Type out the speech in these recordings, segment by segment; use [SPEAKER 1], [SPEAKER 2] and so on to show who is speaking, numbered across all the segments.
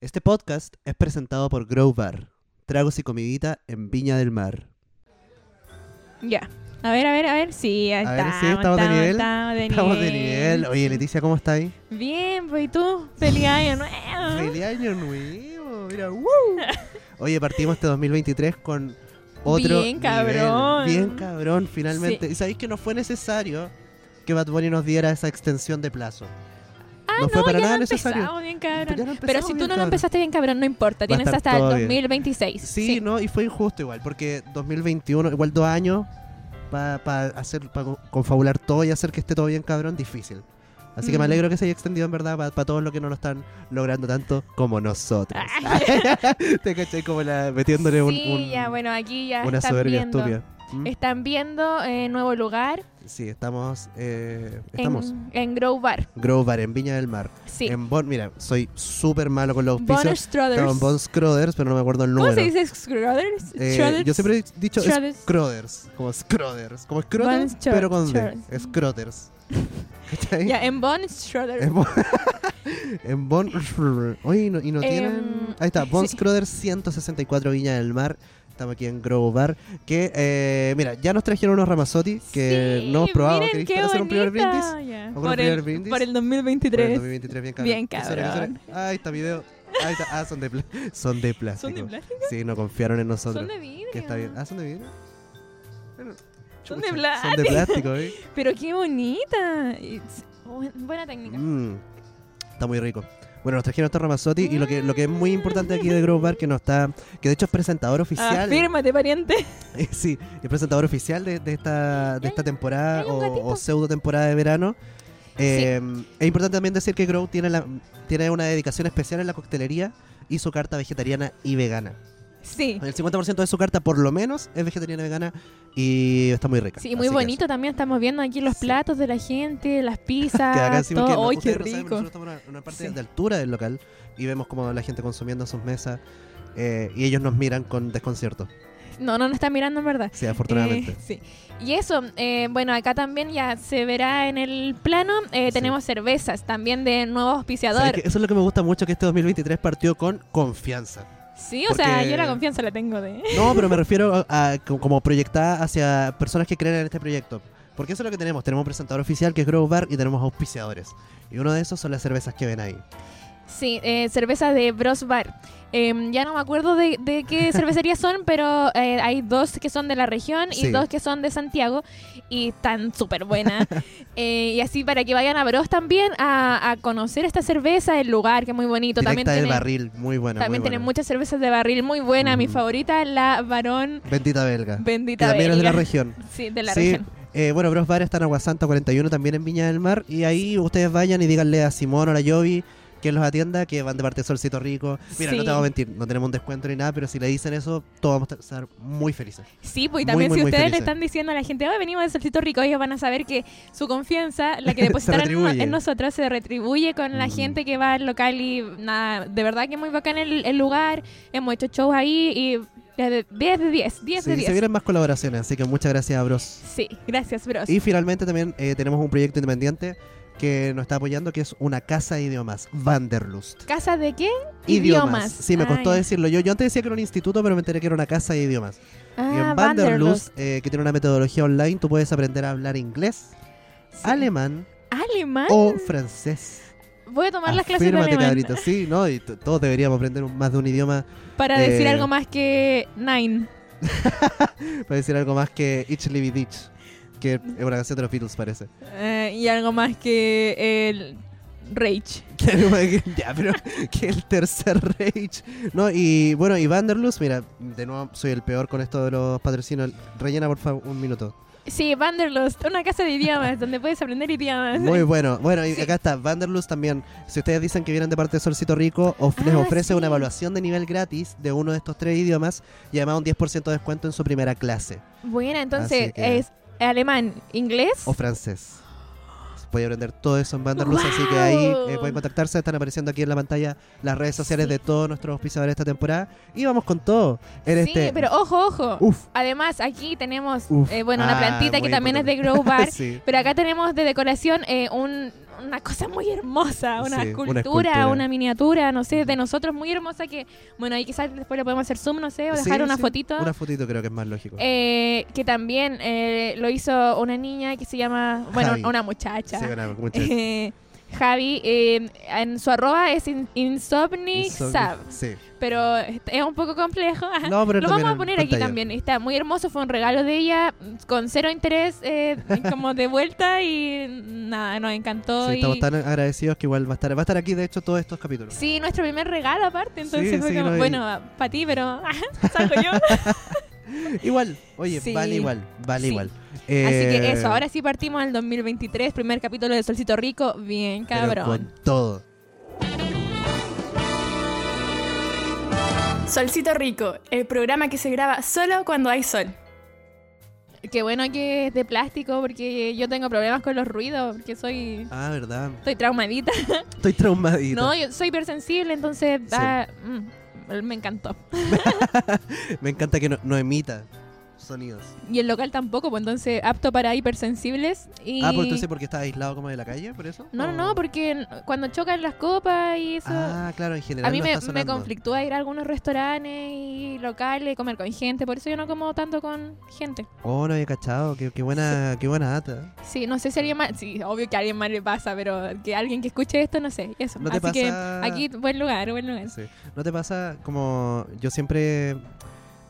[SPEAKER 1] Este podcast es presentado por Grow Bar, tragos y comidita en Viña del Mar.
[SPEAKER 2] Ya. A ver, a ver, a ver. Sí, ahí
[SPEAKER 1] A ver,
[SPEAKER 2] estamos,
[SPEAKER 1] sí, estamos de nivel.
[SPEAKER 2] Estamos de
[SPEAKER 1] Estamos de
[SPEAKER 2] nivel.
[SPEAKER 1] nivel. Oye, Leticia, ¿cómo está ahí?
[SPEAKER 2] Bien, pues, ¿y tú? Feliz año nuevo.
[SPEAKER 1] ¡Feliz año nuevo! Mira, ¡woo! Oye, partimos este 2023 con otro
[SPEAKER 2] Bien
[SPEAKER 1] nivel.
[SPEAKER 2] cabrón.
[SPEAKER 1] Bien cabrón, finalmente. Y sabéis que no fue necesario que Bad Bunny nos diera esa extensión de plazo.
[SPEAKER 2] Ah,
[SPEAKER 1] no fue para
[SPEAKER 2] ya
[SPEAKER 1] nada
[SPEAKER 2] lo
[SPEAKER 1] necesario.
[SPEAKER 2] empezamos bien cabrón.
[SPEAKER 1] Ya lo empezamos
[SPEAKER 2] Pero si
[SPEAKER 1] bien,
[SPEAKER 2] tú no lo
[SPEAKER 1] cabrón.
[SPEAKER 2] empezaste bien cabrón, no importa. Tienes
[SPEAKER 1] estar
[SPEAKER 2] hasta el
[SPEAKER 1] todo bien.
[SPEAKER 2] 2026.
[SPEAKER 1] Sí, no, y fue injusto igual, porque 2021, igual dos años para hacer, para confabular todo y hacer que esté todo bien cabrón, difícil. Así que me
[SPEAKER 2] Mm.
[SPEAKER 1] alegro que se haya extendido en verdad para todos los que no lo están logrando tanto como nosotros. Te caché como la, metiéndole un-
[SPEAKER 2] Sí,
[SPEAKER 1] un,
[SPEAKER 2] ya, bueno, aquí ya
[SPEAKER 1] una
[SPEAKER 2] están
[SPEAKER 1] soberbia
[SPEAKER 2] viendo.
[SPEAKER 1] estúpida. ¿Mm?
[SPEAKER 2] Están viendo eh, nuevo lugar
[SPEAKER 1] Sí, estamos, eh,
[SPEAKER 2] en-
[SPEAKER 1] estamos.
[SPEAKER 2] en, Grow Bar.
[SPEAKER 1] Grove Bar en Viña del Mar.
[SPEAKER 2] Sí.
[SPEAKER 1] En Bon, mira, soy súper malo con los auspicios.
[SPEAKER 2] Bonus Brothers.
[SPEAKER 1] Estaba en Bon Scrothers, pero no me acuerdo el
[SPEAKER 2] ¿Cómo
[SPEAKER 1] número.
[SPEAKER 2] se dice Scrothers?
[SPEAKER 1] Eh,
[SPEAKER 2] Schrothers?
[SPEAKER 1] yo siempre he dicho
[SPEAKER 2] Schrothers.
[SPEAKER 1] Scrothers, como Scrothers, como Scrothers,
[SPEAKER 2] Von Schro-
[SPEAKER 1] pero con D,
[SPEAKER 2] Schrothers.
[SPEAKER 1] Scrothers. ¿Cachai?
[SPEAKER 2] Ya, en Bon Schrothers.
[SPEAKER 1] En Bon, en Bon- Oye, y no, y no
[SPEAKER 2] Em,
[SPEAKER 1] tienen... Ahí está, Bon
[SPEAKER 2] sí.
[SPEAKER 1] Scrothers 164 Viña del Mar. Estamos aquí en Grow Bar. Que, eh, mira, ya nos trajeron unos ramazotti que
[SPEAKER 2] Sí,
[SPEAKER 1] no hemos probado.
[SPEAKER 2] miren
[SPEAKER 1] ¿Queréis
[SPEAKER 2] qué
[SPEAKER 1] hacer un primer
[SPEAKER 2] bonita.
[SPEAKER 1] brindis?
[SPEAKER 2] Ya.
[SPEAKER 1] ¿Alguna
[SPEAKER 2] Por,
[SPEAKER 1] primer
[SPEAKER 2] el,
[SPEAKER 1] brindis?
[SPEAKER 2] por
[SPEAKER 1] Por
[SPEAKER 2] el
[SPEAKER 1] el
[SPEAKER 2] 2023.
[SPEAKER 1] 2023, bien cabrón.
[SPEAKER 2] Bien
[SPEAKER 1] ¿Qué suena, qué suena? Ahí está video. Ahí está. Ah, son de, pla- son de plástico.
[SPEAKER 2] ¿Son de plástico?
[SPEAKER 1] Sí, no confiaron en nosotros.
[SPEAKER 2] Son de vidrio.
[SPEAKER 1] Que está bien. Ah, son de vidrio. Bueno,
[SPEAKER 2] Son de ah,
[SPEAKER 1] chucha, Son de plástico, ¿eh?
[SPEAKER 2] Pero qué bonita. It's- bu- Buena técnica. Ah,
[SPEAKER 1] Mm, está muy rico. Bueno, nos trajeron estos ramazotti y lo que, lo que es muy importante aquí de Grow Bar, que no está, que de hecho es
[SPEAKER 2] Ah,
[SPEAKER 1] presentador oficial. Eh,
[SPEAKER 2] Afírmate, pariente.
[SPEAKER 1] sí, es presentador oficial de, de esta, de esta temporada
[SPEAKER 2] hay un gatito.
[SPEAKER 1] o, o pseudo temporada de verano. Eh, Es importante también decir que Grow tiene, la, tiene una dedicación especial en la coctelería y su carta vegetariana y vegana.
[SPEAKER 2] Sí.
[SPEAKER 1] El 50% de su carta, por lo menos, es vegetariana y vegana y está muy rica.
[SPEAKER 2] Sí, muy
[SPEAKER 1] Así que
[SPEAKER 2] bonito también. Estamos viendo aquí los
[SPEAKER 1] Sí.
[SPEAKER 2] platos de la gente, las
[SPEAKER 1] Que acá
[SPEAKER 2] pizzas,
[SPEAKER 1] sí, porque
[SPEAKER 2] todo.
[SPEAKER 1] no-
[SPEAKER 2] ¡Ay, qué
[SPEAKER 1] ustedes no saben, pero
[SPEAKER 2] rico!
[SPEAKER 1] nosotros estamos en una- en una parte
[SPEAKER 2] Sí.
[SPEAKER 1] de altura del local y vemos como la gente consumiendo sus mesas eh, y ellos nos miran con desconcierto.
[SPEAKER 2] No, no nos están mirando en verdad.
[SPEAKER 1] Sí, afortunadamente.
[SPEAKER 2] Eh, sí. Y eso, eh, bueno, acá también ya se verá en el plano. eh,
[SPEAKER 1] Sí.
[SPEAKER 2] Tenemos cervezas también de nuevo
[SPEAKER 1] ¿Sabes
[SPEAKER 2] auspiciador.
[SPEAKER 1] qué? Eso es lo que me gusta mucho, que este 2023 partió con confianza.
[SPEAKER 2] Sí, o sea,
[SPEAKER 1] Porque-
[SPEAKER 2] yo la confianza la tengo de.
[SPEAKER 1] No, pero me refiero a, a co- como proyectada hacia personas que creen en este proyecto. Porque eso es lo que tenemos. Tenemos un presentador oficial que es Grow Bar y tenemos auspiciadores. Y uno de esos son las cervezas que ven ahí.
[SPEAKER 2] Sí, eh, cerveza de Bros Bar. Em, ya no me acuerdo de, de qué cervecerías son, pero eh, hay dos que son de la región y
[SPEAKER 1] Sí.
[SPEAKER 2] dos que son de Santiago y están súper buenas. Eh, y así para que vayan a Bros también a, a conocer esta cerveza, el lugar que es muy bonito. también
[SPEAKER 1] Directa del
[SPEAKER 2] tiene-
[SPEAKER 1] barril, muy buena.
[SPEAKER 2] también
[SPEAKER 1] muy
[SPEAKER 2] tienen
[SPEAKER 1] buena.
[SPEAKER 2] muchas cervezas de barril muy buenas. Mi
[SPEAKER 1] Ujú.
[SPEAKER 2] favorita, la Barón
[SPEAKER 1] Bendita belga. que
[SPEAKER 2] Bendita
[SPEAKER 1] también es de Ah. la
[SPEAKER 2] Belga.
[SPEAKER 1] región.
[SPEAKER 2] Sí, de la
[SPEAKER 1] Sí,
[SPEAKER 2] región.
[SPEAKER 1] eh, bueno, Bros Bar está en Aguasanta 41, también en Viña del Mar. Y ahí ustedes vayan y díganle a Simón o a la Yovi que los atienda, que van de parte de Solcito Rico. Mira, no
[SPEAKER 2] Sí.
[SPEAKER 1] te vamos a mentir, no tenemos un descuento ni nada, pero si le dicen eso, todos vamos a estar muy felices.
[SPEAKER 2] Sí, pues
[SPEAKER 1] Muy,
[SPEAKER 2] y también
[SPEAKER 1] muy,
[SPEAKER 2] si
[SPEAKER 1] muy
[SPEAKER 2] ustedes le
[SPEAKER 1] felices.
[SPEAKER 2] están diciendo a la gente, hoy venimos de Solcito Rico, ellos van a saber que su confianza, la que depositaron en, no-
[SPEAKER 1] retribuye.
[SPEAKER 2] en nosotros, se retribuye con la
[SPEAKER 1] Mm.
[SPEAKER 2] gente que va al local y nada, de verdad que es muy bacán el, el lugar, hemos hecho shows ahí y desde 10 de 10, 10 de
[SPEAKER 1] Sí, se
[SPEAKER 2] 10.
[SPEAKER 1] vienen más colaboraciones, así que muchas gracias a Bros.
[SPEAKER 2] Sí, gracias, bros.
[SPEAKER 1] Y finalmente también eh, tenemos un proyecto independiente que nos está apoyando, que es una casa de idiomas, Vanderlust.
[SPEAKER 2] ¿Casa de qué?
[SPEAKER 1] Sí, me costó
[SPEAKER 2] Ay.
[SPEAKER 1] decirlo. Yo, yo antes decía que era un instituto, pero me enteré que era una casa de idiomas. y
[SPEAKER 2] Ah,
[SPEAKER 1] en
[SPEAKER 2] Wanderlust.
[SPEAKER 1] Vanderlust, eh, que tiene una metodología online, tú puedes aprender a hablar inglés,
[SPEAKER 2] Sí.
[SPEAKER 1] alemán
[SPEAKER 2] Alemán.
[SPEAKER 1] o francés.
[SPEAKER 2] Voy a tomar las clases de
[SPEAKER 1] Afírmate,
[SPEAKER 2] alemán
[SPEAKER 1] cabrito. Sí, ¿no? Y t- todos deberíamos aprender un- más de un idioma
[SPEAKER 2] para decir
[SPEAKER 1] Eh.
[SPEAKER 2] algo más que nine.
[SPEAKER 1] para decir algo más que Ich liebe dich, que es una canción de los Beatles, parece.
[SPEAKER 2] eh, y algo más que el rage.
[SPEAKER 1] Claro, porque- ya, pero que el tercer Rage. No, y bueno, y Vanderlust, mira, de nuevo soy el peor con esto de los patrocinios. Rellena, por favor, un minuto.
[SPEAKER 2] Sí, Wanderlust, una casa de idiomas donde puedes aprender idiomas.
[SPEAKER 1] Muy bueno. Bueno, y acá está, Vanderlust también. Si ustedes dicen que vienen de parte de Solcito Rico, of- les
[SPEAKER 2] Ah,
[SPEAKER 1] ofrece
[SPEAKER 2] sí.
[SPEAKER 1] una evaluación de nivel gratis de uno de estos tres idiomas y además un 10% de descuento en su primera clase.
[SPEAKER 2] Buena, entonces
[SPEAKER 1] Así que-
[SPEAKER 2] es alemán, inglés.
[SPEAKER 1] O francés. Voy a aprender todo eso en Vanderlust, así que ahí eh,
[SPEAKER 2] ¡Wow!
[SPEAKER 1] pueden contactarse. Están apareciendo aquí en la pantalla las redes sociales
[SPEAKER 2] Sí.
[SPEAKER 1] de todos nuestros auspiciadores de esta temporada. Y vamos con todo. En
[SPEAKER 2] sí,
[SPEAKER 1] este...
[SPEAKER 2] pero ojo, ojo.
[SPEAKER 1] Uf,
[SPEAKER 2] Además, aquí tenemos,
[SPEAKER 1] Uf.
[SPEAKER 2] eh, bueno, una
[SPEAKER 1] Ah,
[SPEAKER 2] plantita que
[SPEAKER 1] muy
[SPEAKER 2] también es de
[SPEAKER 1] importante.
[SPEAKER 2] Grow Bar.
[SPEAKER 1] sí.
[SPEAKER 2] pero acá tenemos de decoración eh, un, una cosa muy hermosa, una
[SPEAKER 1] Sí, una
[SPEAKER 2] escultura, una,
[SPEAKER 1] escultura.
[SPEAKER 2] miniatura, no sé, de nosotros muy hermosa que, bueno, ahí quizás después le podemos hacer zoom, no sé, o dejar
[SPEAKER 1] Sí,
[SPEAKER 2] una
[SPEAKER 1] sí,
[SPEAKER 2] fotito.
[SPEAKER 1] Una fotito creo que es más lógico.
[SPEAKER 2] eh, que también eh, lo hizo una niña que se llama, bueno,
[SPEAKER 1] Javi.
[SPEAKER 2] una muchacha.
[SPEAKER 1] Sí, una- mucha-
[SPEAKER 2] Eh, Javi, eh, en su arroba es in- insomnixab,
[SPEAKER 1] insomnio. Sí.
[SPEAKER 2] pero es un poco complejo. ajá.
[SPEAKER 1] No, pero
[SPEAKER 2] Lo
[SPEAKER 1] también
[SPEAKER 2] vamos a
[SPEAKER 1] en
[SPEAKER 2] poner aquí
[SPEAKER 1] pantalla.
[SPEAKER 2] también. Está muy hermoso, fue un regalo de ella, con cero interés, eh, como de vuelta y nada, nos encantó.
[SPEAKER 1] Sí,
[SPEAKER 2] y...
[SPEAKER 1] estamos tan agradecidos que igual va a estar, va a estar aquí de hecho todos estos capítulos.
[SPEAKER 2] Sí, nuestro primer regalo aparte, entonces
[SPEAKER 1] Sí,
[SPEAKER 2] fue
[SPEAKER 1] sí,
[SPEAKER 2] como,
[SPEAKER 1] no, y-
[SPEAKER 2] bueno, para ti, pero saco yo.
[SPEAKER 1] Igual, oye,
[SPEAKER 2] Sí.
[SPEAKER 1] vale igual, vale
[SPEAKER 2] Sí.
[SPEAKER 1] igual.
[SPEAKER 2] Así que
[SPEAKER 1] Eh,
[SPEAKER 2] eso, ahora sí partimos al 2023, primer capítulo de Solcito Rico, bien
[SPEAKER 1] pero
[SPEAKER 2] cabrón.
[SPEAKER 1] Con todo.
[SPEAKER 3] Solcito Rico, el programa que se graba solo cuando hay sol.
[SPEAKER 2] Qué bueno que es de plástico porque yo tengo problemas con los ruidos, porque soy...
[SPEAKER 1] Ah, verdad.
[SPEAKER 2] Estoy traumadita.
[SPEAKER 1] Estoy traumadito.
[SPEAKER 2] No, yo soy hipersensible, entonces ah, mm, me encantó.
[SPEAKER 1] Me encanta que no, no emita sonidos.
[SPEAKER 2] Y el local tampoco, pues entonces apto para hipersensibles. Y...
[SPEAKER 1] Ah, pues entonces porque está aislado como de la calle, por eso.
[SPEAKER 2] No,
[SPEAKER 1] ¿O?
[SPEAKER 2] no, no, porque cuando chocan las copas y eso...
[SPEAKER 1] Ah, claro, en general.
[SPEAKER 2] a mí
[SPEAKER 1] no
[SPEAKER 2] me,
[SPEAKER 1] está
[SPEAKER 2] me
[SPEAKER 1] sonando.
[SPEAKER 2] conflictúa ir a algunos restaurantes y locales, comer con gente, por eso yo no como tanto con gente.
[SPEAKER 1] Oh, no había cachado. Qué, qué buena, qué buena data.
[SPEAKER 2] Sí, no sé si alguien más, sí, obvio que a alguien más le pasa, pero que alguien que escuche esto, no sé, eso.
[SPEAKER 1] ¿No te
[SPEAKER 2] Así que
[SPEAKER 1] pasa-
[SPEAKER 2] aquí, buen lugar, buen lugar.
[SPEAKER 1] Sí. ¿No te pasa como yo siempre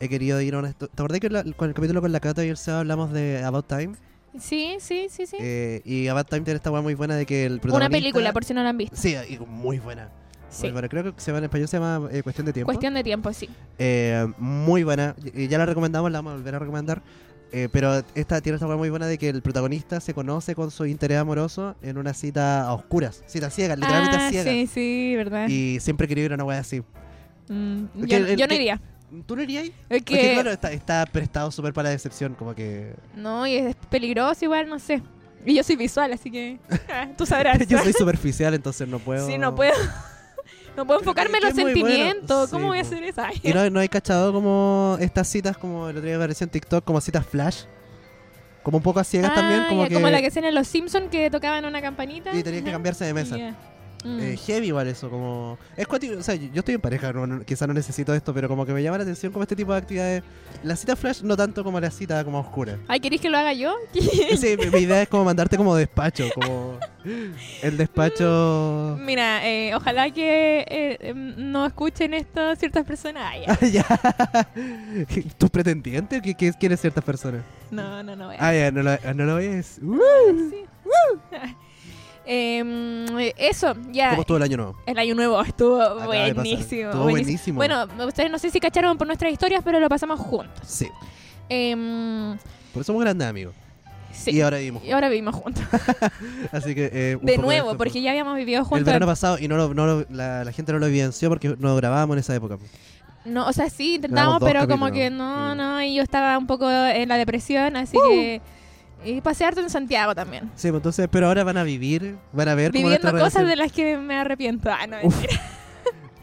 [SPEAKER 1] he querido ir a una... ¿Te acordás que la- con el capítulo con la Cata y el Seba hablamos de About Time?
[SPEAKER 2] Sí, sí, sí, sí.
[SPEAKER 1] Eh, y About Time tiene esta hueá muy buena de que el protagonista...
[SPEAKER 2] Una película, por si no la han visto.
[SPEAKER 1] Sí, y muy buena.
[SPEAKER 2] Sí.
[SPEAKER 1] Bueno, creo que se llama en español se llama eh, Cuestión de Tiempo.
[SPEAKER 2] Cuestión de tiempo, sí.
[SPEAKER 1] Eh, muy buena. Y ya la recomendamos, la vamos a volver a recomendar. Eh, pero esta tiene esta hueá muy buena de que el protagonista se conoce con su interés amoroso en una cita a oscuras, cita ciega, literalmente
[SPEAKER 2] ah,
[SPEAKER 1] ciega.
[SPEAKER 2] sí, sí, verdad.
[SPEAKER 1] Y siempre quería ir a una hueá así.
[SPEAKER 2] Mm,
[SPEAKER 1] Es
[SPEAKER 2] yo,
[SPEAKER 1] que el-
[SPEAKER 2] yo no
[SPEAKER 1] que-
[SPEAKER 2] iría.
[SPEAKER 1] ¿Tú no irías ahí?
[SPEAKER 2] Es
[SPEAKER 1] Porque
[SPEAKER 2] que
[SPEAKER 1] claro, está, está prestado súper para la decepción, como que...
[SPEAKER 2] no, y es peligroso igual, no sé. Y yo soy visual, así que ah, tú sabrás.
[SPEAKER 1] Yo soy superficial, entonces no puedo...
[SPEAKER 2] Sí, no puedo. No puedo enfocarme en
[SPEAKER 1] que
[SPEAKER 2] los
[SPEAKER 1] es muy bueno.
[SPEAKER 2] sentimientos. ¿Cómo
[SPEAKER 1] Sí,
[SPEAKER 2] voy a
[SPEAKER 1] po.
[SPEAKER 2] hacer eso? Ay,
[SPEAKER 1] Y no, no hay cachado como estas citas, como el otro día apareció en TikTok, como citas flash. Como un poco a ciegas también,
[SPEAKER 2] Ah,
[SPEAKER 1] como
[SPEAKER 2] ya,
[SPEAKER 1] que...
[SPEAKER 2] la que hacían en Los Simpsons que tocaban una campanita.
[SPEAKER 1] Y tenías que cambiarse de mesa.
[SPEAKER 2] Ya. Mm.
[SPEAKER 1] Eh, heavy igual eso, como... Es cuático, o sea, yo estoy en pareja, no, no- quizá no necesito esto, pero como que me llama la atención como este tipo de actividades. La cita flash no tanto como la cita como oscura.
[SPEAKER 2] Ay, ¿queréis que lo haga yo?
[SPEAKER 1] Sí, mi, mi idea es como mandarte como despacho, como... El despacho...
[SPEAKER 2] Mira, eh, ojalá que eh, em, no escuchen esto ciertas personas. Ay, ya.
[SPEAKER 1] Ah, ya. ¿Tus pretendientes? ¿Qué, qué quiere ciertas personas?
[SPEAKER 2] No, no, no. voy a-
[SPEAKER 1] Ah, ya, no lo, ah, no lo oyes. Uh,
[SPEAKER 2] Sí. Em, eso, ya.
[SPEAKER 1] ¿Cómo estuvo el año nuevo?
[SPEAKER 2] El año nuevo estuvo
[SPEAKER 1] de pasar.
[SPEAKER 2] buenísimo,
[SPEAKER 1] Estuvo buenísimo.
[SPEAKER 2] Bueno, ustedes no sé si cacharon por nuestras historias, pero lo pasamos juntos.
[SPEAKER 1] Sí,
[SPEAKER 2] Em,
[SPEAKER 1] por eso somos grandes amigos.
[SPEAKER 2] sí.
[SPEAKER 1] Y ahora vimos.
[SPEAKER 2] Y ahora vivimos juntos.
[SPEAKER 1] Así que... eh, un
[SPEAKER 2] De
[SPEAKER 1] poco
[SPEAKER 2] nuevo,
[SPEAKER 1] esto,
[SPEAKER 2] porque ya habíamos vivido
[SPEAKER 1] El
[SPEAKER 2] juntos.
[SPEAKER 1] verano pasado y no lo- no lo- la, la gente no lo evidenció porque no grabábamos en esa época.
[SPEAKER 2] No, o sea, sí,
[SPEAKER 1] Grabamos
[SPEAKER 2] intentamos,
[SPEAKER 1] dos
[SPEAKER 2] pero como
[SPEAKER 1] capítulos.
[SPEAKER 2] que no,
[SPEAKER 1] Mm.
[SPEAKER 2] no, y yo estaba un poco en la depresión, así que... Y pasé harto en Santiago también.
[SPEAKER 1] Sí, pues entonces, pero ahora van a vivir, van a ver cómo
[SPEAKER 2] Viviendo
[SPEAKER 1] nuestra
[SPEAKER 2] cosas
[SPEAKER 1] relación...
[SPEAKER 2] de las que me arrepiento. Ah, no,
[SPEAKER 1] Uf.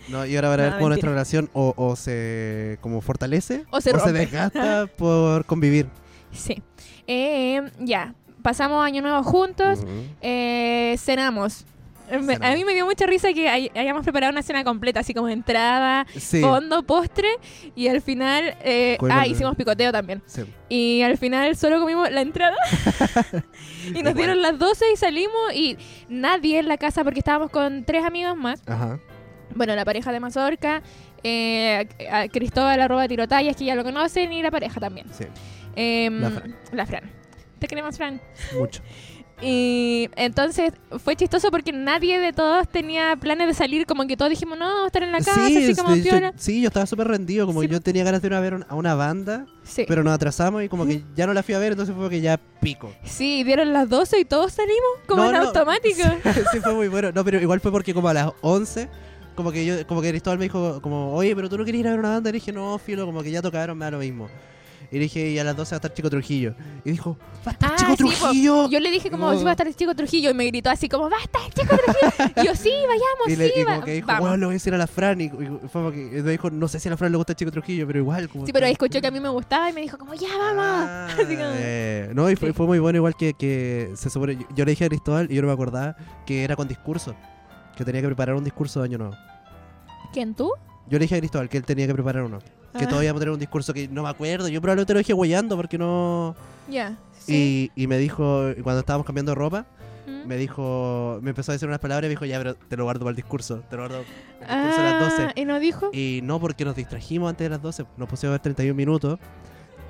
[SPEAKER 1] No, y ahora van a
[SPEAKER 2] No,
[SPEAKER 1] ver cómo nuestra
[SPEAKER 2] mentira.
[SPEAKER 1] relación o, o se como fortalece
[SPEAKER 2] O se rompe.
[SPEAKER 1] desgasta por convivir.
[SPEAKER 2] Sí. Eh, ya, pasamos Año Nuevo juntos,
[SPEAKER 1] Ujú.
[SPEAKER 2] eh, cenamos. Eh, me-
[SPEAKER 1] Cenamos.
[SPEAKER 2] A mí me dio mucha risa que hay- hayamos preparado una cena completa, así como entrada,
[SPEAKER 1] Sí.
[SPEAKER 2] fondo, postre, y al final... eh,
[SPEAKER 1] Cuál-
[SPEAKER 2] ah, hicimos picoteo también.
[SPEAKER 1] sí.
[SPEAKER 2] Y al final solo comimos la entrada. y nos
[SPEAKER 1] Igual.
[SPEAKER 2] dieron las 12 y salimos y nadie en la casa porque estábamos con tres amigos más.
[SPEAKER 1] Ajá.
[SPEAKER 2] Bueno, la pareja de Mazorca, eh, a- a Cristóbal arroba tirotallas que ya lo conocen y la pareja también.
[SPEAKER 1] Sí.
[SPEAKER 2] Em,
[SPEAKER 1] La Fran.
[SPEAKER 2] la Fran. Te queremos, Fran.
[SPEAKER 1] Mucho.
[SPEAKER 2] Y entonces fue chistoso porque nadie de todos tenía planes de salir, como que todos dijimos, no, vamos a estar en la casa, así
[SPEAKER 1] es-
[SPEAKER 2] como
[SPEAKER 1] yo,
[SPEAKER 2] piola.
[SPEAKER 1] sí, yo estaba súper rendido, como
[SPEAKER 2] Sí.
[SPEAKER 1] yo tenía ganas de ir a ver un- a una banda,
[SPEAKER 2] Sí.
[SPEAKER 1] pero nos atrasamos y como que ya no la fui a ver, entonces fue que ya pico.
[SPEAKER 2] Sí, dieron las 12 y todos salimos como
[SPEAKER 1] No,
[SPEAKER 2] en
[SPEAKER 1] no.
[SPEAKER 2] automático.
[SPEAKER 1] Sí, sí, fue muy bueno. No, pero igual fue porque como a las 11, como que yo, como que Cristóbal me dijo como, oye, pero tú no querías ir a ver una banda, y le dije, no, filo, como que ya tocaron, me da lo mismo. Y le dije, y a las 12 va a estar Chico Trujillo. Y dijo, va a estar
[SPEAKER 2] Ah,
[SPEAKER 1] Chico
[SPEAKER 2] sí, po.
[SPEAKER 1] Trujillo.
[SPEAKER 2] Yo le dije como,
[SPEAKER 1] Como-
[SPEAKER 2] si va a estar el chico Trujillo y me gritó así como, basta, el chico Trujillo. Y yo, sí, vayamos,
[SPEAKER 1] y, le,
[SPEAKER 2] sí,
[SPEAKER 1] y
[SPEAKER 2] va-
[SPEAKER 1] como que dijo,
[SPEAKER 2] vamos.
[SPEAKER 1] wow, lo voy a decir a la Fran. Y, y fue como que y me dijo, no sé si a la Fran le gusta Chico Trujillo, pero igual. Como
[SPEAKER 2] Sí, pero escuchó que a mí me gustaba y me dijo como, ya, vamos.
[SPEAKER 1] Ah,
[SPEAKER 2] Así como-
[SPEAKER 1] eh, no, y fue,
[SPEAKER 2] Sí.
[SPEAKER 1] fue muy bueno, igual que, que se supone. Yo, yo le dije a Cristóbal y yo no me acordaba que era con discurso. Que tenía que preparar un discurso de año nuevo.
[SPEAKER 2] ¿Quién tú?
[SPEAKER 1] Yo le dije a Cristóbal que él tenía que preparar uno. Que
[SPEAKER 2] Ah.
[SPEAKER 1] todos íbamos a tener un discurso que no me acuerdo. Yo probablemente lo dije huellando porque no.
[SPEAKER 2] Ya. Sí.
[SPEAKER 1] Y, y me dijo, y cuando estábamos cambiando de ropa,
[SPEAKER 2] Mm.
[SPEAKER 1] me dijo, me empezó a decir unas palabras y me dijo, ya, pero te lo guardo para el discurso. Te lo guardo para el discurso a las 12.
[SPEAKER 2] Ah, ¿Y no dijo?
[SPEAKER 1] Y no porque nos distrajimos antes de las 12, nos pusimos a ver 31 minutos.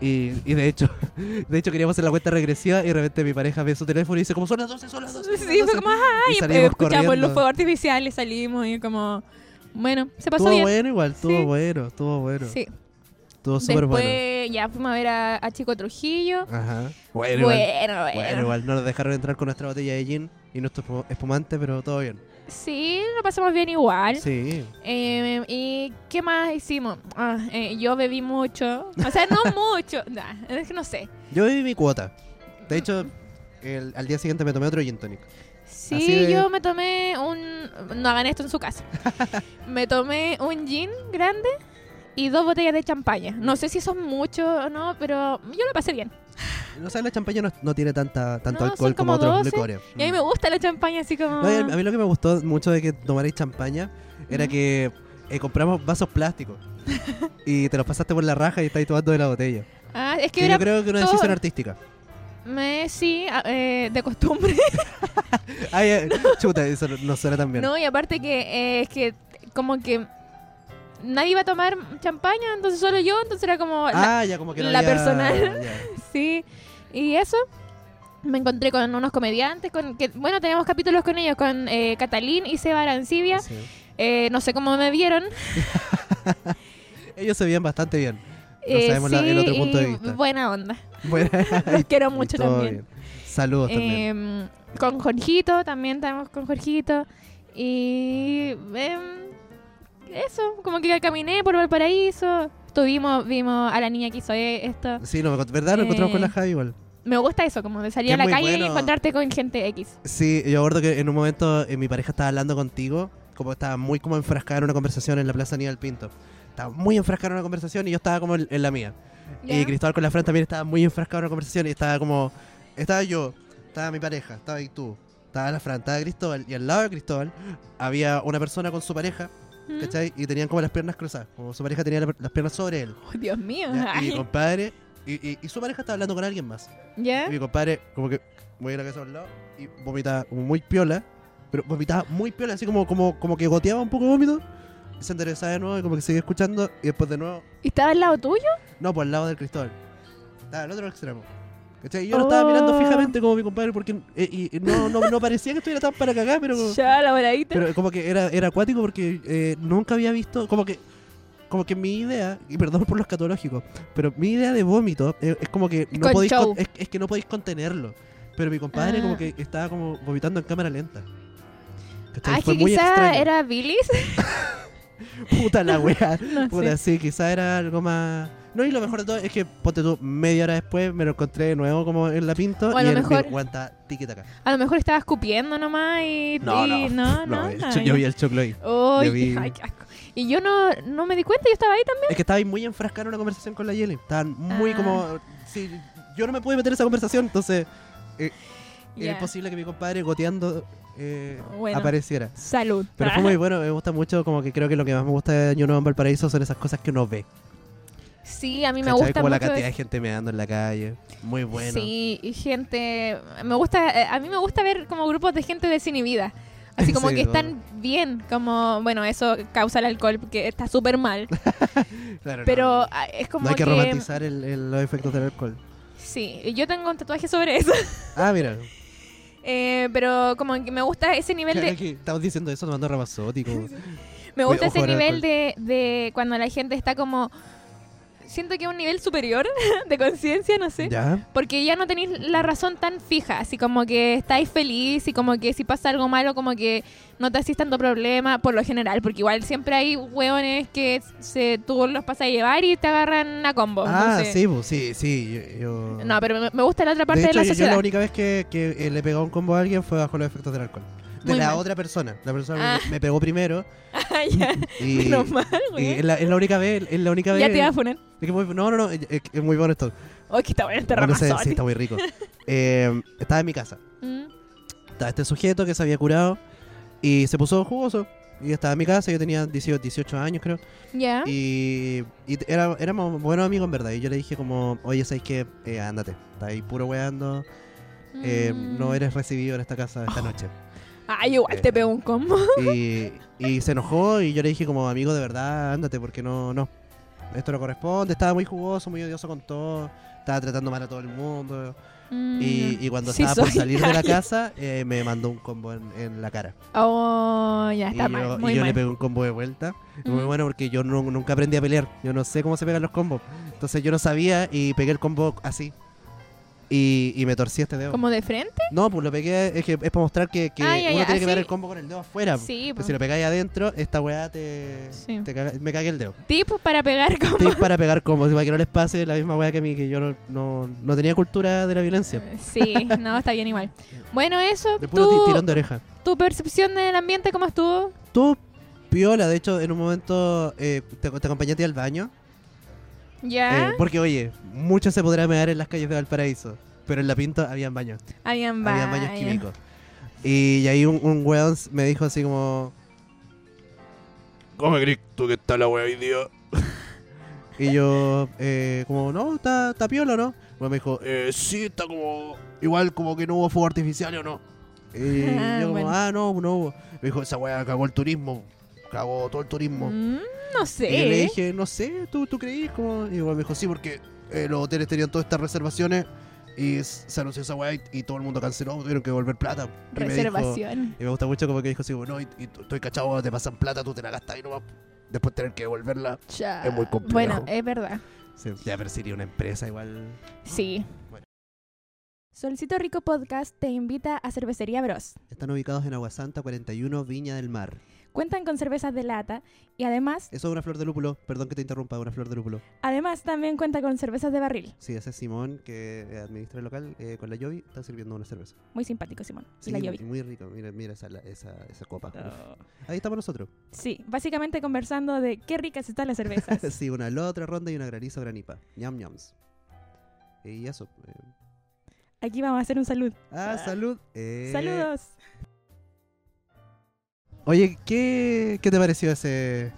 [SPEAKER 1] Y, y de hecho, de hecho queríamos hacer la cuenta regresiva y de repente mi pareja ve su teléfono y dice, como son las 12, son las 12. son las
[SPEAKER 2] Sí, fue
[SPEAKER 1] 12".
[SPEAKER 2] como, ah,
[SPEAKER 1] Y
[SPEAKER 2] y
[SPEAKER 1] salimos
[SPEAKER 2] eh, escuchamos
[SPEAKER 1] corriendo.
[SPEAKER 2] los fuegos artificiales, salimos y como, bueno, se pasó
[SPEAKER 1] Estuvo
[SPEAKER 2] bien.
[SPEAKER 1] bueno igual, estuvo
[SPEAKER 2] Sí.
[SPEAKER 1] bueno, estuvo bueno.
[SPEAKER 2] Sí.
[SPEAKER 1] Estuvo súper
[SPEAKER 2] Después
[SPEAKER 1] bueno.
[SPEAKER 2] ya fuimos a ver a, a Chico Trujillo.
[SPEAKER 1] Ajá. Bueno,
[SPEAKER 2] Bueno,
[SPEAKER 1] igual.
[SPEAKER 2] bueno.
[SPEAKER 1] Bueno, igual, no nos dejaron entrar con nuestra botella de gin y nuestro espu- espumante, pero todo bien.
[SPEAKER 2] Sí, lo pasamos bien igual.
[SPEAKER 1] Sí.
[SPEAKER 2] Eh, ¿Y qué más hicimos? Ah, eh, yo bebí mucho. O sea, no mucho. Nah, es que no sé.
[SPEAKER 1] Yo viví mi cuota. De hecho, el- al día siguiente me tomé otro gin tonic. Así
[SPEAKER 2] Sí,
[SPEAKER 1] de-
[SPEAKER 2] yo me tomé un... No hagan esto en su casa. me tomé un gin grande y dos botellas de champaña. No sé si eso es mucho o no, pero yo lo pasé bien.
[SPEAKER 1] O sea, la champaña no, no tiene tanta, tanto
[SPEAKER 2] No, son
[SPEAKER 1] alcohol como,
[SPEAKER 2] como
[SPEAKER 1] otros
[SPEAKER 2] 12,
[SPEAKER 1] licores. Mm.
[SPEAKER 2] Y a mí me gusta la champaña así como...
[SPEAKER 1] No, y a a mí lo que me gustó mucho de que tomarais champaña
[SPEAKER 2] Mm.
[SPEAKER 1] era que eh, compramos vasos plásticos y te los pasaste por la raja y estáis tomando de la botella.
[SPEAKER 2] Ah, es que
[SPEAKER 1] Que
[SPEAKER 2] era...
[SPEAKER 1] yo creo que una
[SPEAKER 2] todo-
[SPEAKER 1] decisión artística.
[SPEAKER 2] Me, sí, ah, eh, de costumbre.
[SPEAKER 1] Ay, eh, chuta, eso no- no suena tan bien.
[SPEAKER 2] No, y aparte que eh, es que como que nadie iba a tomar champaña, entonces solo yo, entonces era como... la-
[SPEAKER 1] ah, ya como que no
[SPEAKER 2] la
[SPEAKER 1] había-
[SPEAKER 2] personal.
[SPEAKER 1] ya.
[SPEAKER 2] sí, y eso. Me encontré con unos comediantes, con que bueno, tenemos capítulos con ellos, con eh, Catalín y Seba Arancibia.
[SPEAKER 1] Sí.
[SPEAKER 2] Eh, no sé cómo me vieron.
[SPEAKER 1] Ellos se veían bastante bien. No
[SPEAKER 2] Eh,
[SPEAKER 1] sabemos la-
[SPEAKER 2] sí,
[SPEAKER 1] el otro punto de
[SPEAKER 2] y
[SPEAKER 1] vista.
[SPEAKER 2] buena onda.
[SPEAKER 1] Bueno,
[SPEAKER 2] Los quiero
[SPEAKER 1] y
[SPEAKER 2] mucho
[SPEAKER 1] todo
[SPEAKER 2] también.
[SPEAKER 1] bien. Saludos también.
[SPEAKER 2] Em, con Jorgito, también estamos con Jorgito. Y em, eso, como que caminé por Valparaíso. Tuvimos, vimos a la niña que hizo e- esto.
[SPEAKER 1] Sí, no, me cont- ¿verdad? Nos encontramos con la
[SPEAKER 2] eh,
[SPEAKER 1] Javi igual.
[SPEAKER 2] Me gusta eso, como de salir
[SPEAKER 1] Que
[SPEAKER 2] a la
[SPEAKER 1] es muy
[SPEAKER 2] calle y
[SPEAKER 1] bueno.
[SPEAKER 2] encontrarte con gente X.
[SPEAKER 1] Sí, yo acuerdo que en un momento eh, mi pareja estaba hablando contigo, como estaba muy como enfrascada en una conversación en la Plaza Aníbal Pinto. Estaba muy enfrascada en una conversación y yo estaba como en, en la mía. Y Cristóbal con la Fran también estaba muy enfrascado en una conversación y estaba como... Estaba yo, estaba mi pareja, estaba ahí tú, estaba la Fran, estaba Cristóbal. Y al lado de Cristóbal había una persona con su pareja,
[SPEAKER 2] ¿Mm?
[SPEAKER 1] ¿cachai? Y tenían como las piernas cruzadas, como su pareja tenía la- las piernas sobre él.
[SPEAKER 2] Oh, Dios mío.
[SPEAKER 1] ¿ya? Y mi
[SPEAKER 2] Ay,
[SPEAKER 1] compadre... Y, y- y su pareja estaba hablando con alguien más.
[SPEAKER 2] ¿Ya?
[SPEAKER 1] Y mi compadre, como que voy a la casa a un lado y vomitaba como muy piola, pero vomitaba muy piola, así como, como, como que goteaba un poco de vómito. y Se enderezaba de nuevo y como que seguía escuchando y después de nuevo,
[SPEAKER 2] ¿Y estaba al lado tuyo?
[SPEAKER 1] no, por el lado del cristal. Estaba al otro extremo. ¿Cachai? Y Yo lo estaba mirando
[SPEAKER 2] Oh.
[SPEAKER 1] fijamente como mi compadre porque eh, y, y no, no, no parecía que estuviera tan para cagar, pero,
[SPEAKER 2] Ya, la voladita.
[SPEAKER 1] pero como que era, era acuático porque eh, nunca había visto, como que como que mi idea, y perdón por lo escatológico, pero mi idea de vómito eh, es como que no
[SPEAKER 2] con
[SPEAKER 1] podéis
[SPEAKER 2] show.
[SPEAKER 1] con- es, es que no podéis contenerlo. Pero mi compadre
[SPEAKER 2] Ah.
[SPEAKER 1] como que estaba como vomitando en cámara lenta. ¿Cachai?
[SPEAKER 2] Ah, es
[SPEAKER 1] Fue
[SPEAKER 2] que
[SPEAKER 1] muy
[SPEAKER 2] quizá
[SPEAKER 1] extraño.
[SPEAKER 2] era Billy's.
[SPEAKER 1] puta la weá.
[SPEAKER 2] No
[SPEAKER 1] Puta,
[SPEAKER 2] sé.
[SPEAKER 1] sí, quizá era algo más. No, y lo mejor de todo es que ponte tú media hora después me lo encontré de nuevo como en la pinto
[SPEAKER 2] O a
[SPEAKER 1] y
[SPEAKER 2] lo
[SPEAKER 1] él me
[SPEAKER 2] mejor-
[SPEAKER 1] aguanta tiquita acá.
[SPEAKER 2] A lo mejor estaba escupiendo nomás y... y- no, no,
[SPEAKER 1] el
[SPEAKER 2] no,
[SPEAKER 1] cho- yo vi el choclo ahí.
[SPEAKER 2] Ay,
[SPEAKER 1] Yo vi-
[SPEAKER 2] ay, qué asco. Y yo no, no me di cuenta, yo estaba ahí también.
[SPEAKER 1] Es que estaba ahí muy enfrascado en una conversación con la Yeli. Estaban muy
[SPEAKER 2] Ah.
[SPEAKER 1] como. Sí, yo no me pude meter en esa conversación, entonces eh,
[SPEAKER 2] Ya.
[SPEAKER 1] era imposible que mi compadre goteando eh,
[SPEAKER 2] Bueno.
[SPEAKER 1] apareciera.
[SPEAKER 2] Salud.
[SPEAKER 1] Pero
[SPEAKER 2] Ah.
[SPEAKER 1] fue muy bueno, me gusta mucho, como que creo que lo que más me gusta de Año Nuevo en Valparaíso son esas cosas que uno ve.
[SPEAKER 2] Sí, a mí me
[SPEAKER 1] ¿cachai?
[SPEAKER 2] gusta
[SPEAKER 1] como la
[SPEAKER 2] mucho
[SPEAKER 1] cantidad de
[SPEAKER 2] eso.
[SPEAKER 1] gente meando en la calle. Muy bueno.
[SPEAKER 2] Sí, y gente, me gusta, eh, a mí me gusta ver como grupos de gente desinhibida. Así como
[SPEAKER 1] Sí,
[SPEAKER 2] que están bien, como, bueno, eso causa el alcohol, porque está súper mal.
[SPEAKER 1] Claro, no.
[SPEAKER 2] Pero ah, es como
[SPEAKER 1] No hay que, romantizar el- el- los efectos del alcohol.
[SPEAKER 2] Sí, yo tengo un tatuaje sobre eso.
[SPEAKER 1] Ah, mira.
[SPEAKER 2] Eh, pero como que me gusta ese nivel de...
[SPEAKER 1] Aquí Estamos diciendo eso tomando Ramazotti. como-
[SPEAKER 2] Me gusta
[SPEAKER 1] Ojo,
[SPEAKER 2] ese
[SPEAKER 1] ahora
[SPEAKER 2] nivel
[SPEAKER 1] con-
[SPEAKER 2] de, de cuando la gente está como siento que es un nivel superior de conciencia, no sé.
[SPEAKER 1] ¿Ya?
[SPEAKER 2] Porque ya no tenéis la razón tan fija, así como que estáis feliz y como que si pasa algo malo, como que no te hacís tanto problema, por lo general, porque igual siempre hay hueones que se, tú los pasas a llevar y te agarran a combo.
[SPEAKER 1] Ah,
[SPEAKER 2] entonces-
[SPEAKER 1] sí, pues, sí, sí. yo- yo-
[SPEAKER 2] Oh, No, pero me- me gusta la otra parte de,
[SPEAKER 1] hecho,
[SPEAKER 2] la
[SPEAKER 1] yo- yo,
[SPEAKER 2] sociedad.
[SPEAKER 1] la única vez que, que, eh, le pegó un combo a alguien fue bajo los efectos del alcohol. De
[SPEAKER 2] Muy
[SPEAKER 1] la
[SPEAKER 2] mal.
[SPEAKER 1] otra persona. La persona
[SPEAKER 2] Ah.
[SPEAKER 1] me, me pegó primero.
[SPEAKER 2] Ah, ya.
[SPEAKER 1] Y,
[SPEAKER 2] Menos mal,
[SPEAKER 1] y
[SPEAKER 2] güey.
[SPEAKER 1] es, la, es la única vez. Es la única
[SPEAKER 2] Ya
[SPEAKER 1] vez.
[SPEAKER 2] te iba a poner.
[SPEAKER 1] es que muy- no, no, no. Es, es muy bueno esto.
[SPEAKER 2] Oye, que está bueno este
[SPEAKER 1] Bueno, sí,
[SPEAKER 2] ramazón.
[SPEAKER 1] sí, está muy rico. Eh, estaba en mi casa.
[SPEAKER 2] Mm.
[SPEAKER 1] Estaba este sujeto que se había curado y se puso jugoso. Y estaba en mi casa, yo tenía 18, 18 años creo.
[SPEAKER 2] Ya.
[SPEAKER 1] Y, y t- era- éramos buenos amigos en verdad. Y yo le dije como, oye, ¿sabes qué? Eh, ándate. Estás ahí puro weando. eh,
[SPEAKER 2] Mm.
[SPEAKER 1] No eres recibido en esta casa esta noche.
[SPEAKER 2] Ay, igual te pego un combo.
[SPEAKER 1] Y, y se enojó y yo le dije como, amigo, de verdad, ándate porque no, no. Esto no corresponde. Estaba muy jugoso, muy odioso con todo. Estaba tratando mal a todo el mundo.
[SPEAKER 2] Mm.
[SPEAKER 1] Y, y cuando
[SPEAKER 2] Sí
[SPEAKER 1] estaba por
[SPEAKER 2] soy.
[SPEAKER 1] salir de la casa, eh, me mandó un combo en- en la cara.
[SPEAKER 2] Oh, ya
[SPEAKER 1] Y
[SPEAKER 2] está
[SPEAKER 1] yo,
[SPEAKER 2] mal.
[SPEAKER 1] y
[SPEAKER 2] Muy
[SPEAKER 1] yo
[SPEAKER 2] mal. Mm.
[SPEAKER 1] le pegué un combo de vuelta. Muy
[SPEAKER 2] Ujú.
[SPEAKER 1] bueno porque yo nu- nunca aprendí a pelear. Yo no sé cómo se pegan los combos. Entonces yo no sabía y pegué el combo así. Y, y me torcí este dedo.
[SPEAKER 2] ¿Como de frente?
[SPEAKER 1] No, pues lo pegué. Es, que, es para mostrar que, que
[SPEAKER 2] Ah, ya,
[SPEAKER 1] uno
[SPEAKER 2] ya,
[SPEAKER 1] tiene que pegar
[SPEAKER 2] así.
[SPEAKER 1] el combo con el dedo afuera.
[SPEAKER 2] Sí,
[SPEAKER 1] Pues
[SPEAKER 2] pues.
[SPEAKER 1] si lo pegáis adentro, esta weá te.
[SPEAKER 2] Sí.
[SPEAKER 1] te caga- me cagué el dedo.
[SPEAKER 2] Tip para pegar combo.
[SPEAKER 1] Tip para pegar combos. Para que no les pase la misma weá que a mí, que yo no, no, no tenía cultura de la violencia.
[SPEAKER 2] Sí, no, está bien igual. Bueno, eso.
[SPEAKER 1] De puro ti-
[SPEAKER 2] ¿Tu,
[SPEAKER 1] tirón de oreja.
[SPEAKER 2] ¿Tu percepción del ambiente cómo estuvo?
[SPEAKER 1] Tú, piola, de hecho, en un momento eh, te, te acompañé a ti al baño.
[SPEAKER 2] ¿Ya?
[SPEAKER 1] Eh, porque, oye, mucho se podrá mear en las calles de Valparaíso, pero en La Pinto habían baños,
[SPEAKER 2] habían baños.
[SPEAKER 1] habían baños químicos. Y, y ahí un, un weón s- me dijo así como...
[SPEAKER 4] Come, Crick, tú que está la wea hoy día.
[SPEAKER 1] Y yo, eh, como, no, está, está piola, ¿no? Bueno, me dijo,
[SPEAKER 4] Eh, sí, está como.
[SPEAKER 1] igual como que no hubo fuego artificial o no. Y
[SPEAKER 2] Ah,
[SPEAKER 1] yo como,
[SPEAKER 2] bueno.
[SPEAKER 1] ah, no, no hubo. Me dijo, esa weá cagó el turismo, cagó todo el turismo.
[SPEAKER 2] Mm, no sé.
[SPEAKER 1] Y yo le dije, no sé, ¿tú, tú creís? Como... Y igual me dijo, sí, porque eh, los hoteles tenían todas estas reservaciones y s- se anunció esa weá y, y todo el mundo canceló, tuvieron que devolver plata. Y me dijo-
[SPEAKER 2] Reservación.
[SPEAKER 1] y me gusta mucho como que dijo, sí, bueno, y, y t- estoy cachado, te pasan plata, tú te la gastas y nomás. Después tener que devolverla.
[SPEAKER 2] Ya.
[SPEAKER 1] Es muy complejo.
[SPEAKER 2] Bueno, es verdad.
[SPEAKER 1] Sí, ya, pero sería una empresa igual.
[SPEAKER 2] Sí.
[SPEAKER 1] Bueno.
[SPEAKER 3] Solcito Rico Podcast te invita a Cervecería Bros.
[SPEAKER 1] Están ubicados en Aguasanta 41, Viña del Mar.
[SPEAKER 3] Cuentan con cervezas de lata y además,
[SPEAKER 1] Eso es una flor de lúpulo. Perdón que te interrumpa, una flor de lúpulo.
[SPEAKER 3] además también cuenta con cervezas de barril.
[SPEAKER 1] Sí, ese es Simón que administra el local eh, con la Yovi. Está sirviendo una cerveza.
[SPEAKER 3] Muy simpático, Simón. Y
[SPEAKER 1] Sí,
[SPEAKER 3] la Oh. Yovi.
[SPEAKER 1] muy rico. Mira, mira esa, la- esa, esa copa. Uf. Ahí estamos nosotros.
[SPEAKER 3] Sí, básicamente conversando de qué ricas están las cervezas.
[SPEAKER 1] Sí, una la otra ronda y una granizo granipa. Ñam ñams. Y eso. eh.
[SPEAKER 3] Aquí vamos a hacer un saludo.
[SPEAKER 1] Ah,
[SPEAKER 3] Ah.
[SPEAKER 1] salud. Eh.
[SPEAKER 3] Saludos.
[SPEAKER 1] Oye, ¿qué, qué te pareció ese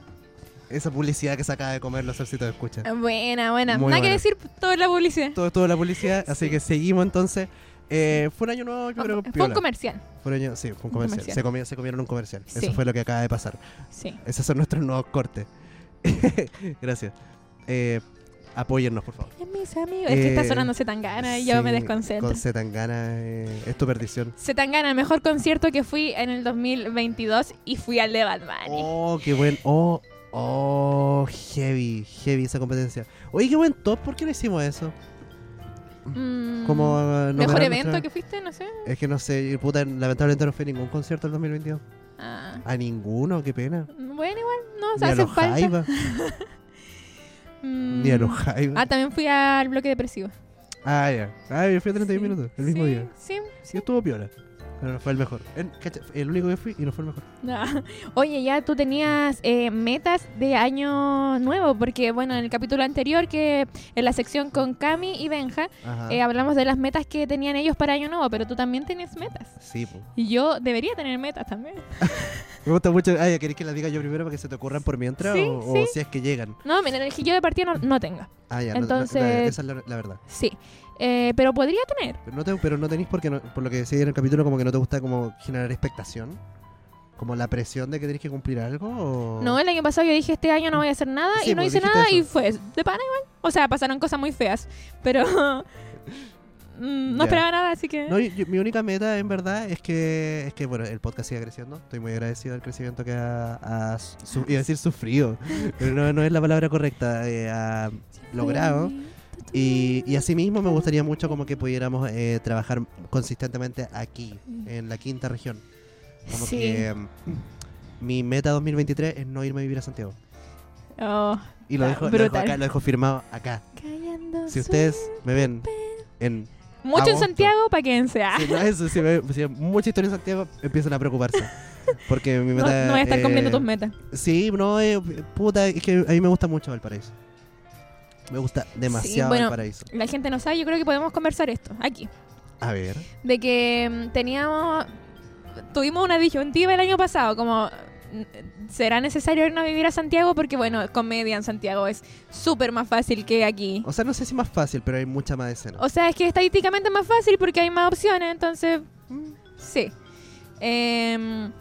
[SPEAKER 1] esa publicidad que se acaba de comer los solcitos de escucha?
[SPEAKER 2] Buena, buena.
[SPEAKER 1] Muy
[SPEAKER 2] Nada que
[SPEAKER 1] buena.
[SPEAKER 2] decir toda la publicidad.
[SPEAKER 1] Todo, todo la publicidad, así
[SPEAKER 2] Sí. Ah,
[SPEAKER 1] que seguimos entonces. Eh, fue un año nuevo, yo creo que
[SPEAKER 2] Fue un
[SPEAKER 1] piola.
[SPEAKER 2] comercial.
[SPEAKER 1] Fue un año- sí, fue un comercial.
[SPEAKER 2] comercial.
[SPEAKER 1] Se, comió- se comieron un comercial.
[SPEAKER 2] Sí.
[SPEAKER 1] Eso fue lo que acaba de pasar.
[SPEAKER 2] Sí.
[SPEAKER 1] Esos son nuestros nuevos cortes. Gracias. Eh, apóyennos, por favor.
[SPEAKER 2] Es mis amigos. es que
[SPEAKER 1] Eh,
[SPEAKER 2] está sonando Setangana y yo
[SPEAKER 1] Sí,
[SPEAKER 2] me desconcentro.
[SPEAKER 1] Con Zetangana eh, es tu perdición.
[SPEAKER 2] Setangana, el mejor concierto que fui en el 2022 y fui al de Bad Bunny.
[SPEAKER 1] Oh, qué buen. Oh, oh, heavy, heavy esa competencia. Oye, qué buen top, ¿por qué no hicimos eso? Oh,
[SPEAKER 2] Mm,
[SPEAKER 1] Como eh, no
[SPEAKER 2] mejor
[SPEAKER 1] me
[SPEAKER 2] evento
[SPEAKER 1] nuestra-
[SPEAKER 2] que fuiste, no sé.
[SPEAKER 1] Es que no sé, puta, lamentablemente no fui a ningún concierto el 2022.
[SPEAKER 2] Ah,
[SPEAKER 1] A ninguno, qué pena.
[SPEAKER 2] Bueno, igual, no, o
[SPEAKER 1] Ni
[SPEAKER 2] sea,
[SPEAKER 1] a
[SPEAKER 2] hace
[SPEAKER 1] los
[SPEAKER 2] falta.
[SPEAKER 1] Jaiba,
[SPEAKER 2] Mm.
[SPEAKER 1] ni a los Jaiba.
[SPEAKER 2] Ah, también fui al bloque depresivo.
[SPEAKER 1] Ah, ya. Ah, yo fui a 31
[SPEAKER 2] Sí,
[SPEAKER 1] minutos, el mismo
[SPEAKER 2] sí,
[SPEAKER 1] día.
[SPEAKER 2] Sí,
[SPEAKER 1] Sí,
[SPEAKER 2] sí.
[SPEAKER 1] estuvo piola. Pero no fue el mejor. El, cacha, el único que fui y no fue el mejor.
[SPEAKER 2] Ah, Oye, ya tú tenías eh, metas de año nuevo, porque bueno, en el capítulo anterior, que en la sección con Cami y Benja,
[SPEAKER 1] Ajá.
[SPEAKER 2] eh, hablamos de las metas que tenían ellos para año nuevo, pero tú también tenías metas.
[SPEAKER 1] Sí, po.
[SPEAKER 2] Y yo debería tener metas también.
[SPEAKER 1] Me gusta mucho. Ah, ya queréis que las diga yo primero para que se te ocurran por mientras
[SPEAKER 2] Sí,
[SPEAKER 1] o, o
[SPEAKER 2] sí.
[SPEAKER 1] si es que llegan.
[SPEAKER 2] No, mira, el que yo de partida no, no tengo.
[SPEAKER 1] Ah, ya. no- no-
[SPEAKER 2] Entonces-
[SPEAKER 1] no, esa es la, la verdad.
[SPEAKER 2] Sí. Eh, pero podría tener.
[SPEAKER 1] Pero no, te- pero no tenéis porque, no- por lo que decía en el capítulo, como que no te gusta como generar expectación. Como la presión de que tenés que cumplir algo. o-
[SPEAKER 2] No, el año pasado yo dije, este año no voy a hacer nada
[SPEAKER 1] Oh. Sí,
[SPEAKER 2] y no
[SPEAKER 1] pues,
[SPEAKER 2] hice
[SPEAKER 1] dijiste
[SPEAKER 2] nada
[SPEAKER 1] eso.
[SPEAKER 2] y fue de pana igual. O sea, pasaron cosas muy feas, pero... mm, no
[SPEAKER 1] Ya.
[SPEAKER 2] esperaba nada, así que...
[SPEAKER 1] No, yo- yo- mi única meta en verdad es que, es que bueno, el podcast siga creciendo. Estoy muy agradecido al crecimiento que ha, ha su- iba a decir sufrido, pero no, no es la palabra correcta, eh, ha logrado. Y, y asimismo me gustaría mucho como que pudiéramos eh, trabajar consistentemente aquí, en la quinta región. Como
[SPEAKER 2] Sí.
[SPEAKER 1] que mm, mi meta 2023 es no irme a vivir a Santiago.
[SPEAKER 2] Oh,
[SPEAKER 1] Y lo
[SPEAKER 2] Ah,
[SPEAKER 1] dejo, lo dejo
[SPEAKER 2] brutal.
[SPEAKER 1] acá, lo dejo firmado acá.
[SPEAKER 2] callando
[SPEAKER 1] Si ustedes me ven en...
[SPEAKER 2] su- Mucho en
[SPEAKER 1] agosto.
[SPEAKER 2] Santiago, para quédense. ah.
[SPEAKER 1] Si no, eso, si me- si hay mucha historia en Santiago, empiezan a preocuparse. Porque mi
[SPEAKER 2] No,
[SPEAKER 1] meta...
[SPEAKER 2] no voy a estar
[SPEAKER 1] eh,
[SPEAKER 2] cumpliendo tus metas.
[SPEAKER 1] Sí, no, eh, puta, es que a mí me gusta mucho Valparaíso. Me gusta demasiado
[SPEAKER 2] bueno.
[SPEAKER 1] Valparaíso.
[SPEAKER 2] La gente no sabe, yo creo que podemos conversar esto, aquí.
[SPEAKER 1] A ver.
[SPEAKER 2] de que mm, teníamos tuvimos una disyuntiva el año pasado como mm, será necesario irnos a vivir a Santiago porque bueno comedia en Santiago es súper más fácil que aquí
[SPEAKER 1] O sea, no sé si más fácil, pero hay mucha más escena.
[SPEAKER 2] o sea es que estadísticamente es más fácil porque hay más opciones entonces mm, sí Em,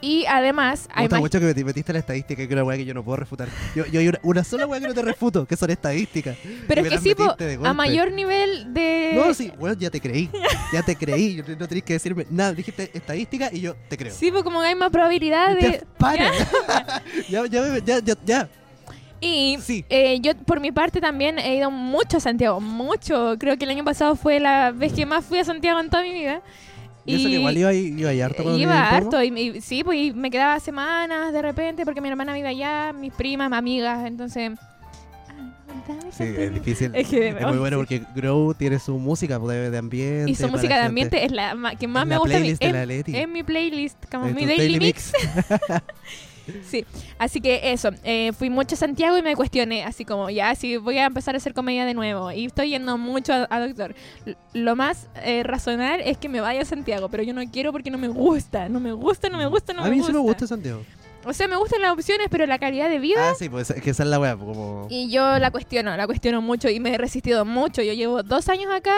[SPEAKER 2] y además
[SPEAKER 1] Me
[SPEAKER 2] hay
[SPEAKER 1] gusta
[SPEAKER 2] más
[SPEAKER 1] mucho que te metiste la estadística, que es una weá que yo no puedo refutar. Yo, yo hay una, una sola weá que no te refuto, que son estadísticas.
[SPEAKER 2] pero
[SPEAKER 1] me
[SPEAKER 2] es que
[SPEAKER 1] las
[SPEAKER 2] sí po,
[SPEAKER 1] metiste de golpe.
[SPEAKER 2] a mayor nivel de
[SPEAKER 1] No, sí, weón, ya te creí. Ya te creí. yo- No tenés que decirme nada. Dijiste estadística y yo te creo.
[SPEAKER 2] sí po, como que hay más probabilidad
[SPEAKER 1] Y te
[SPEAKER 2] Ah, de
[SPEAKER 1] para. ya, ya, me- ya, ya, ya.
[SPEAKER 2] Y
[SPEAKER 1] Sí.
[SPEAKER 2] eh, yo por mi parte también he ido mucho a Santiago, mucho. Creo que el año pasado fue la vez que más fui a Santiago en toda mi vida.
[SPEAKER 1] Y, eso que igual iba, ahí- iba ahí harto cuando
[SPEAKER 2] iba
[SPEAKER 1] vivía en Pueblo.
[SPEAKER 2] harto y, y- sí, pues y me quedaba semanas de repente porque mi hermana vive allá, mis primas, mis amigas, entonces... Ah, ¿verdad?
[SPEAKER 1] Sí,
[SPEAKER 2] Santiago.
[SPEAKER 1] es difícil.
[SPEAKER 2] Es que-
[SPEAKER 1] es muy bueno porque Grow tiene su música pues, de, de ambiente.
[SPEAKER 2] y su
[SPEAKER 1] para
[SPEAKER 2] música de
[SPEAKER 1] gente.
[SPEAKER 2] ambiente es la ma- que
[SPEAKER 1] Es
[SPEAKER 2] más me
[SPEAKER 1] la
[SPEAKER 2] gusta a mí.
[SPEAKER 1] playlist de
[SPEAKER 2] Es,
[SPEAKER 1] la Leti.
[SPEAKER 2] es mi playlist, como
[SPEAKER 1] Es
[SPEAKER 2] mi
[SPEAKER 1] tu
[SPEAKER 2] daily,
[SPEAKER 1] daily
[SPEAKER 2] mix. Sí, así que eso, eh, fui mucho a Santiago y me cuestioné, así como, ya, si voy a empezar a hacer comedia de nuevo, y estoy yendo mucho a, a Doctor. L- Lo más eh, razonar es que me vaya a Santiago, pero yo no quiero porque no me gusta, no me gusta, no me gusta, no
[SPEAKER 1] a
[SPEAKER 2] me
[SPEAKER 1] mí
[SPEAKER 2] gusta.
[SPEAKER 1] sí me gusta Santiago.
[SPEAKER 2] O sea, me gustan las opciones, pero la calidad de vida...
[SPEAKER 1] Ah, sí, pues es que esa es la weá. Como...
[SPEAKER 2] Y yo la cuestiono, la cuestiono mucho y me he resistido mucho. Yo llevo dos años acá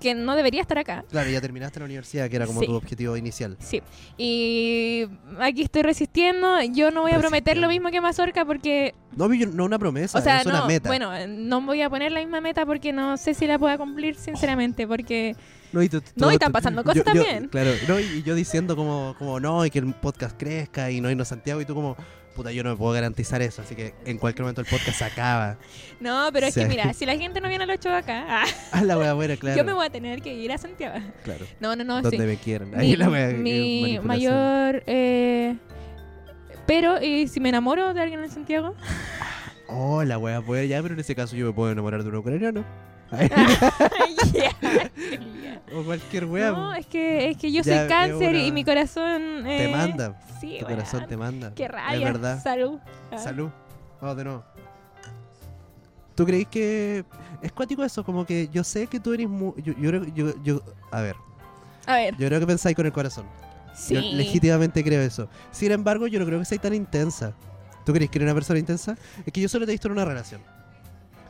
[SPEAKER 2] que no debería estar acá.
[SPEAKER 1] Claro, ya terminaste la universidad, que era como
[SPEAKER 2] Sí.
[SPEAKER 1] tu objetivo inicial.
[SPEAKER 2] Sí, y aquí estoy resistiendo. Yo no voy a prometer
[SPEAKER 1] Resistiendo.
[SPEAKER 2] lo mismo que Mazorca porque,
[SPEAKER 1] No, pero yo- no una promesa,
[SPEAKER 2] o sea,
[SPEAKER 1] es
[SPEAKER 2] no,
[SPEAKER 1] una meta.
[SPEAKER 2] bueno, no voy a poner la misma meta porque no sé si la pueda cumplir sinceramente porque
[SPEAKER 1] no, y, tú-
[SPEAKER 2] No,
[SPEAKER 1] tú-
[SPEAKER 2] y están
[SPEAKER 1] tú-
[SPEAKER 2] pasando
[SPEAKER 1] yo-
[SPEAKER 2] cosas
[SPEAKER 1] yo-
[SPEAKER 2] también.
[SPEAKER 1] claro, no, y yo diciendo como, como no, y que el podcast crezca y no irnos a Santiago, y tú como, puta, yo no me puedo garantizar eso, así que en cualquier momento el podcast se acaba.
[SPEAKER 2] no, pero es
[SPEAKER 1] Sí.
[SPEAKER 2] que mira, si la gente no viene a los shows acá, ah,
[SPEAKER 1] Ah, la wea buena, claro.
[SPEAKER 2] yo me voy a tener que ir a Santiago.
[SPEAKER 1] Claro,
[SPEAKER 2] No, no, no,
[SPEAKER 1] donde
[SPEAKER 2] sí.
[SPEAKER 1] me quieran. Ahí
[SPEAKER 2] Mi,
[SPEAKER 1] la wea, eh,
[SPEAKER 2] mi
[SPEAKER 1] manipulación.
[SPEAKER 2] mayor eh, pero y si me enamoro de alguien en Santiago,
[SPEAKER 1] Oh, la wea buena, ya, pero en ese caso yo me puedo enamorar de un ucraniano. Ay,
[SPEAKER 2] Ya.
[SPEAKER 1] o cualquier wea.
[SPEAKER 2] No, es que, es que yo
[SPEAKER 1] Ya,
[SPEAKER 2] soy
[SPEAKER 1] es
[SPEAKER 2] cáncer
[SPEAKER 1] una-
[SPEAKER 2] y mi corazón...
[SPEAKER 1] Te
[SPEAKER 2] eh,
[SPEAKER 1] manda,
[SPEAKER 2] Sí,
[SPEAKER 1] tu
[SPEAKER 2] weón.
[SPEAKER 1] corazón te manda.
[SPEAKER 2] Qué raya.
[SPEAKER 1] Es verdad.
[SPEAKER 2] Salud. Ah.
[SPEAKER 1] Salud. Vamos de nuevo. ¿Tú creís que es cuático eso? Como que yo sé que tú eres muy... Yo, yo creo yo, yo- A ver,
[SPEAKER 2] A ver,
[SPEAKER 1] yo creo que pensáis con el corazón.
[SPEAKER 2] sí.
[SPEAKER 1] Yo legítimamente creo eso. Sin embargo, yo no creo que seas tan intensa. ¿Tú crees que eres una persona intensa? Es que yo solo te he visto en una relación.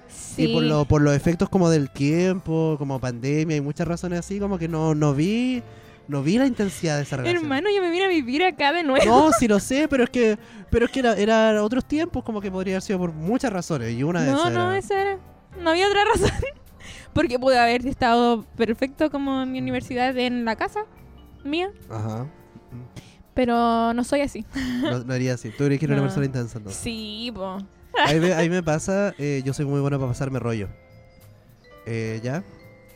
[SPEAKER 2] sí.
[SPEAKER 1] Y por, lo- por los efectos como del tiempo, como pandemia y muchas razones así, como que no, no vi no vi la intensidad de esa relación.
[SPEAKER 2] Hermano, yo me vine a vivir acá de nuevo.
[SPEAKER 1] No, sí lo sé, pero es que pero es que era, era otros tiempos, como que podría haber sido por muchas razones. Y una de
[SPEAKER 2] no,
[SPEAKER 1] esas
[SPEAKER 2] no,
[SPEAKER 1] era-
[SPEAKER 2] esa era. No había otra razón. Porque pude haber estado perfecto como en mi universidad en la casa mía,
[SPEAKER 1] Ajá.
[SPEAKER 2] pero no soy así.
[SPEAKER 1] No, no haría así. Tú crees que eres
[SPEAKER 2] No.
[SPEAKER 1] una persona intensa, entonces.
[SPEAKER 2] Sí, po.
[SPEAKER 1] Ahí me, ahí me pasa, eh, yo soy muy bueno para pasarme rollo. Eh, ¿Ya?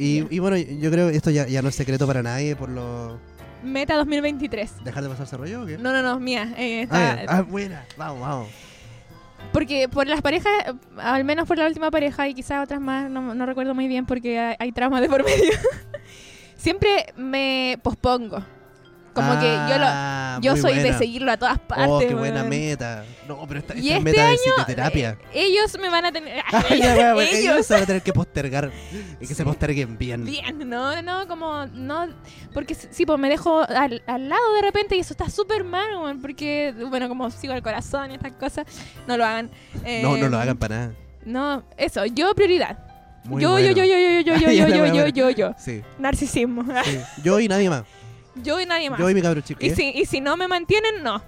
[SPEAKER 1] Y, y bueno, yo creo que esto ya, ya no es secreto para nadie por lo...
[SPEAKER 2] Meta 2023.
[SPEAKER 1] ¿Dejar de pasarse rollo o qué?
[SPEAKER 2] No, no, no, mía. eh,
[SPEAKER 1] ah, ya.
[SPEAKER 2] está-
[SPEAKER 1] Ah, buena. Vamos, vamos.
[SPEAKER 2] Porque por las parejas, eh, al menos por la última pareja y quizás otras más, no, no recuerdo muy bien porque hay, hay traumas de por medio. Siempre me pospongo. Como que yo lo,
[SPEAKER 1] Ah,
[SPEAKER 2] yo
[SPEAKER 1] muy
[SPEAKER 2] soy de
[SPEAKER 1] buena.
[SPEAKER 2] seguirlo a todas partes.
[SPEAKER 1] Oh, qué buena
[SPEAKER 2] weón.
[SPEAKER 1] meta. No, pero esta,
[SPEAKER 2] Y
[SPEAKER 1] esta es
[SPEAKER 2] este
[SPEAKER 1] meta de
[SPEAKER 2] año,
[SPEAKER 1] psicoterapia.
[SPEAKER 2] Eh, ellos me van a tener.
[SPEAKER 1] Ya, bueno, bueno,
[SPEAKER 2] ellos.
[SPEAKER 1] ellos se van a tener que postergar. Y que
[SPEAKER 2] Sí.
[SPEAKER 1] se posterguen bien.
[SPEAKER 2] Bien, no, no, como no, porque s- sí, pues me dejo al, al lado de repente y eso está súper mal, weón, porque bueno, como sigo al corazón y estas cosas, no lo hagan.
[SPEAKER 1] No, no
[SPEAKER 2] Em,
[SPEAKER 1] lo hagan para nada.
[SPEAKER 2] No, eso, yo prioridad.
[SPEAKER 1] Muy
[SPEAKER 2] yo,
[SPEAKER 1] bueno.
[SPEAKER 2] yo, yo, yo, yo, yo, yo,
[SPEAKER 1] Ya
[SPEAKER 2] yo,
[SPEAKER 1] la
[SPEAKER 2] yo,
[SPEAKER 1] voy a
[SPEAKER 2] yo,
[SPEAKER 1] ver.
[SPEAKER 2] yo, yo.
[SPEAKER 1] Sí,
[SPEAKER 2] Narcisismo.
[SPEAKER 1] sí. Yo y nadie más.
[SPEAKER 2] yo y nadie más.
[SPEAKER 1] Yo y mi cabro chico.
[SPEAKER 2] y,
[SPEAKER 1] ¿eh?
[SPEAKER 2] si, y si no me mantienen, no.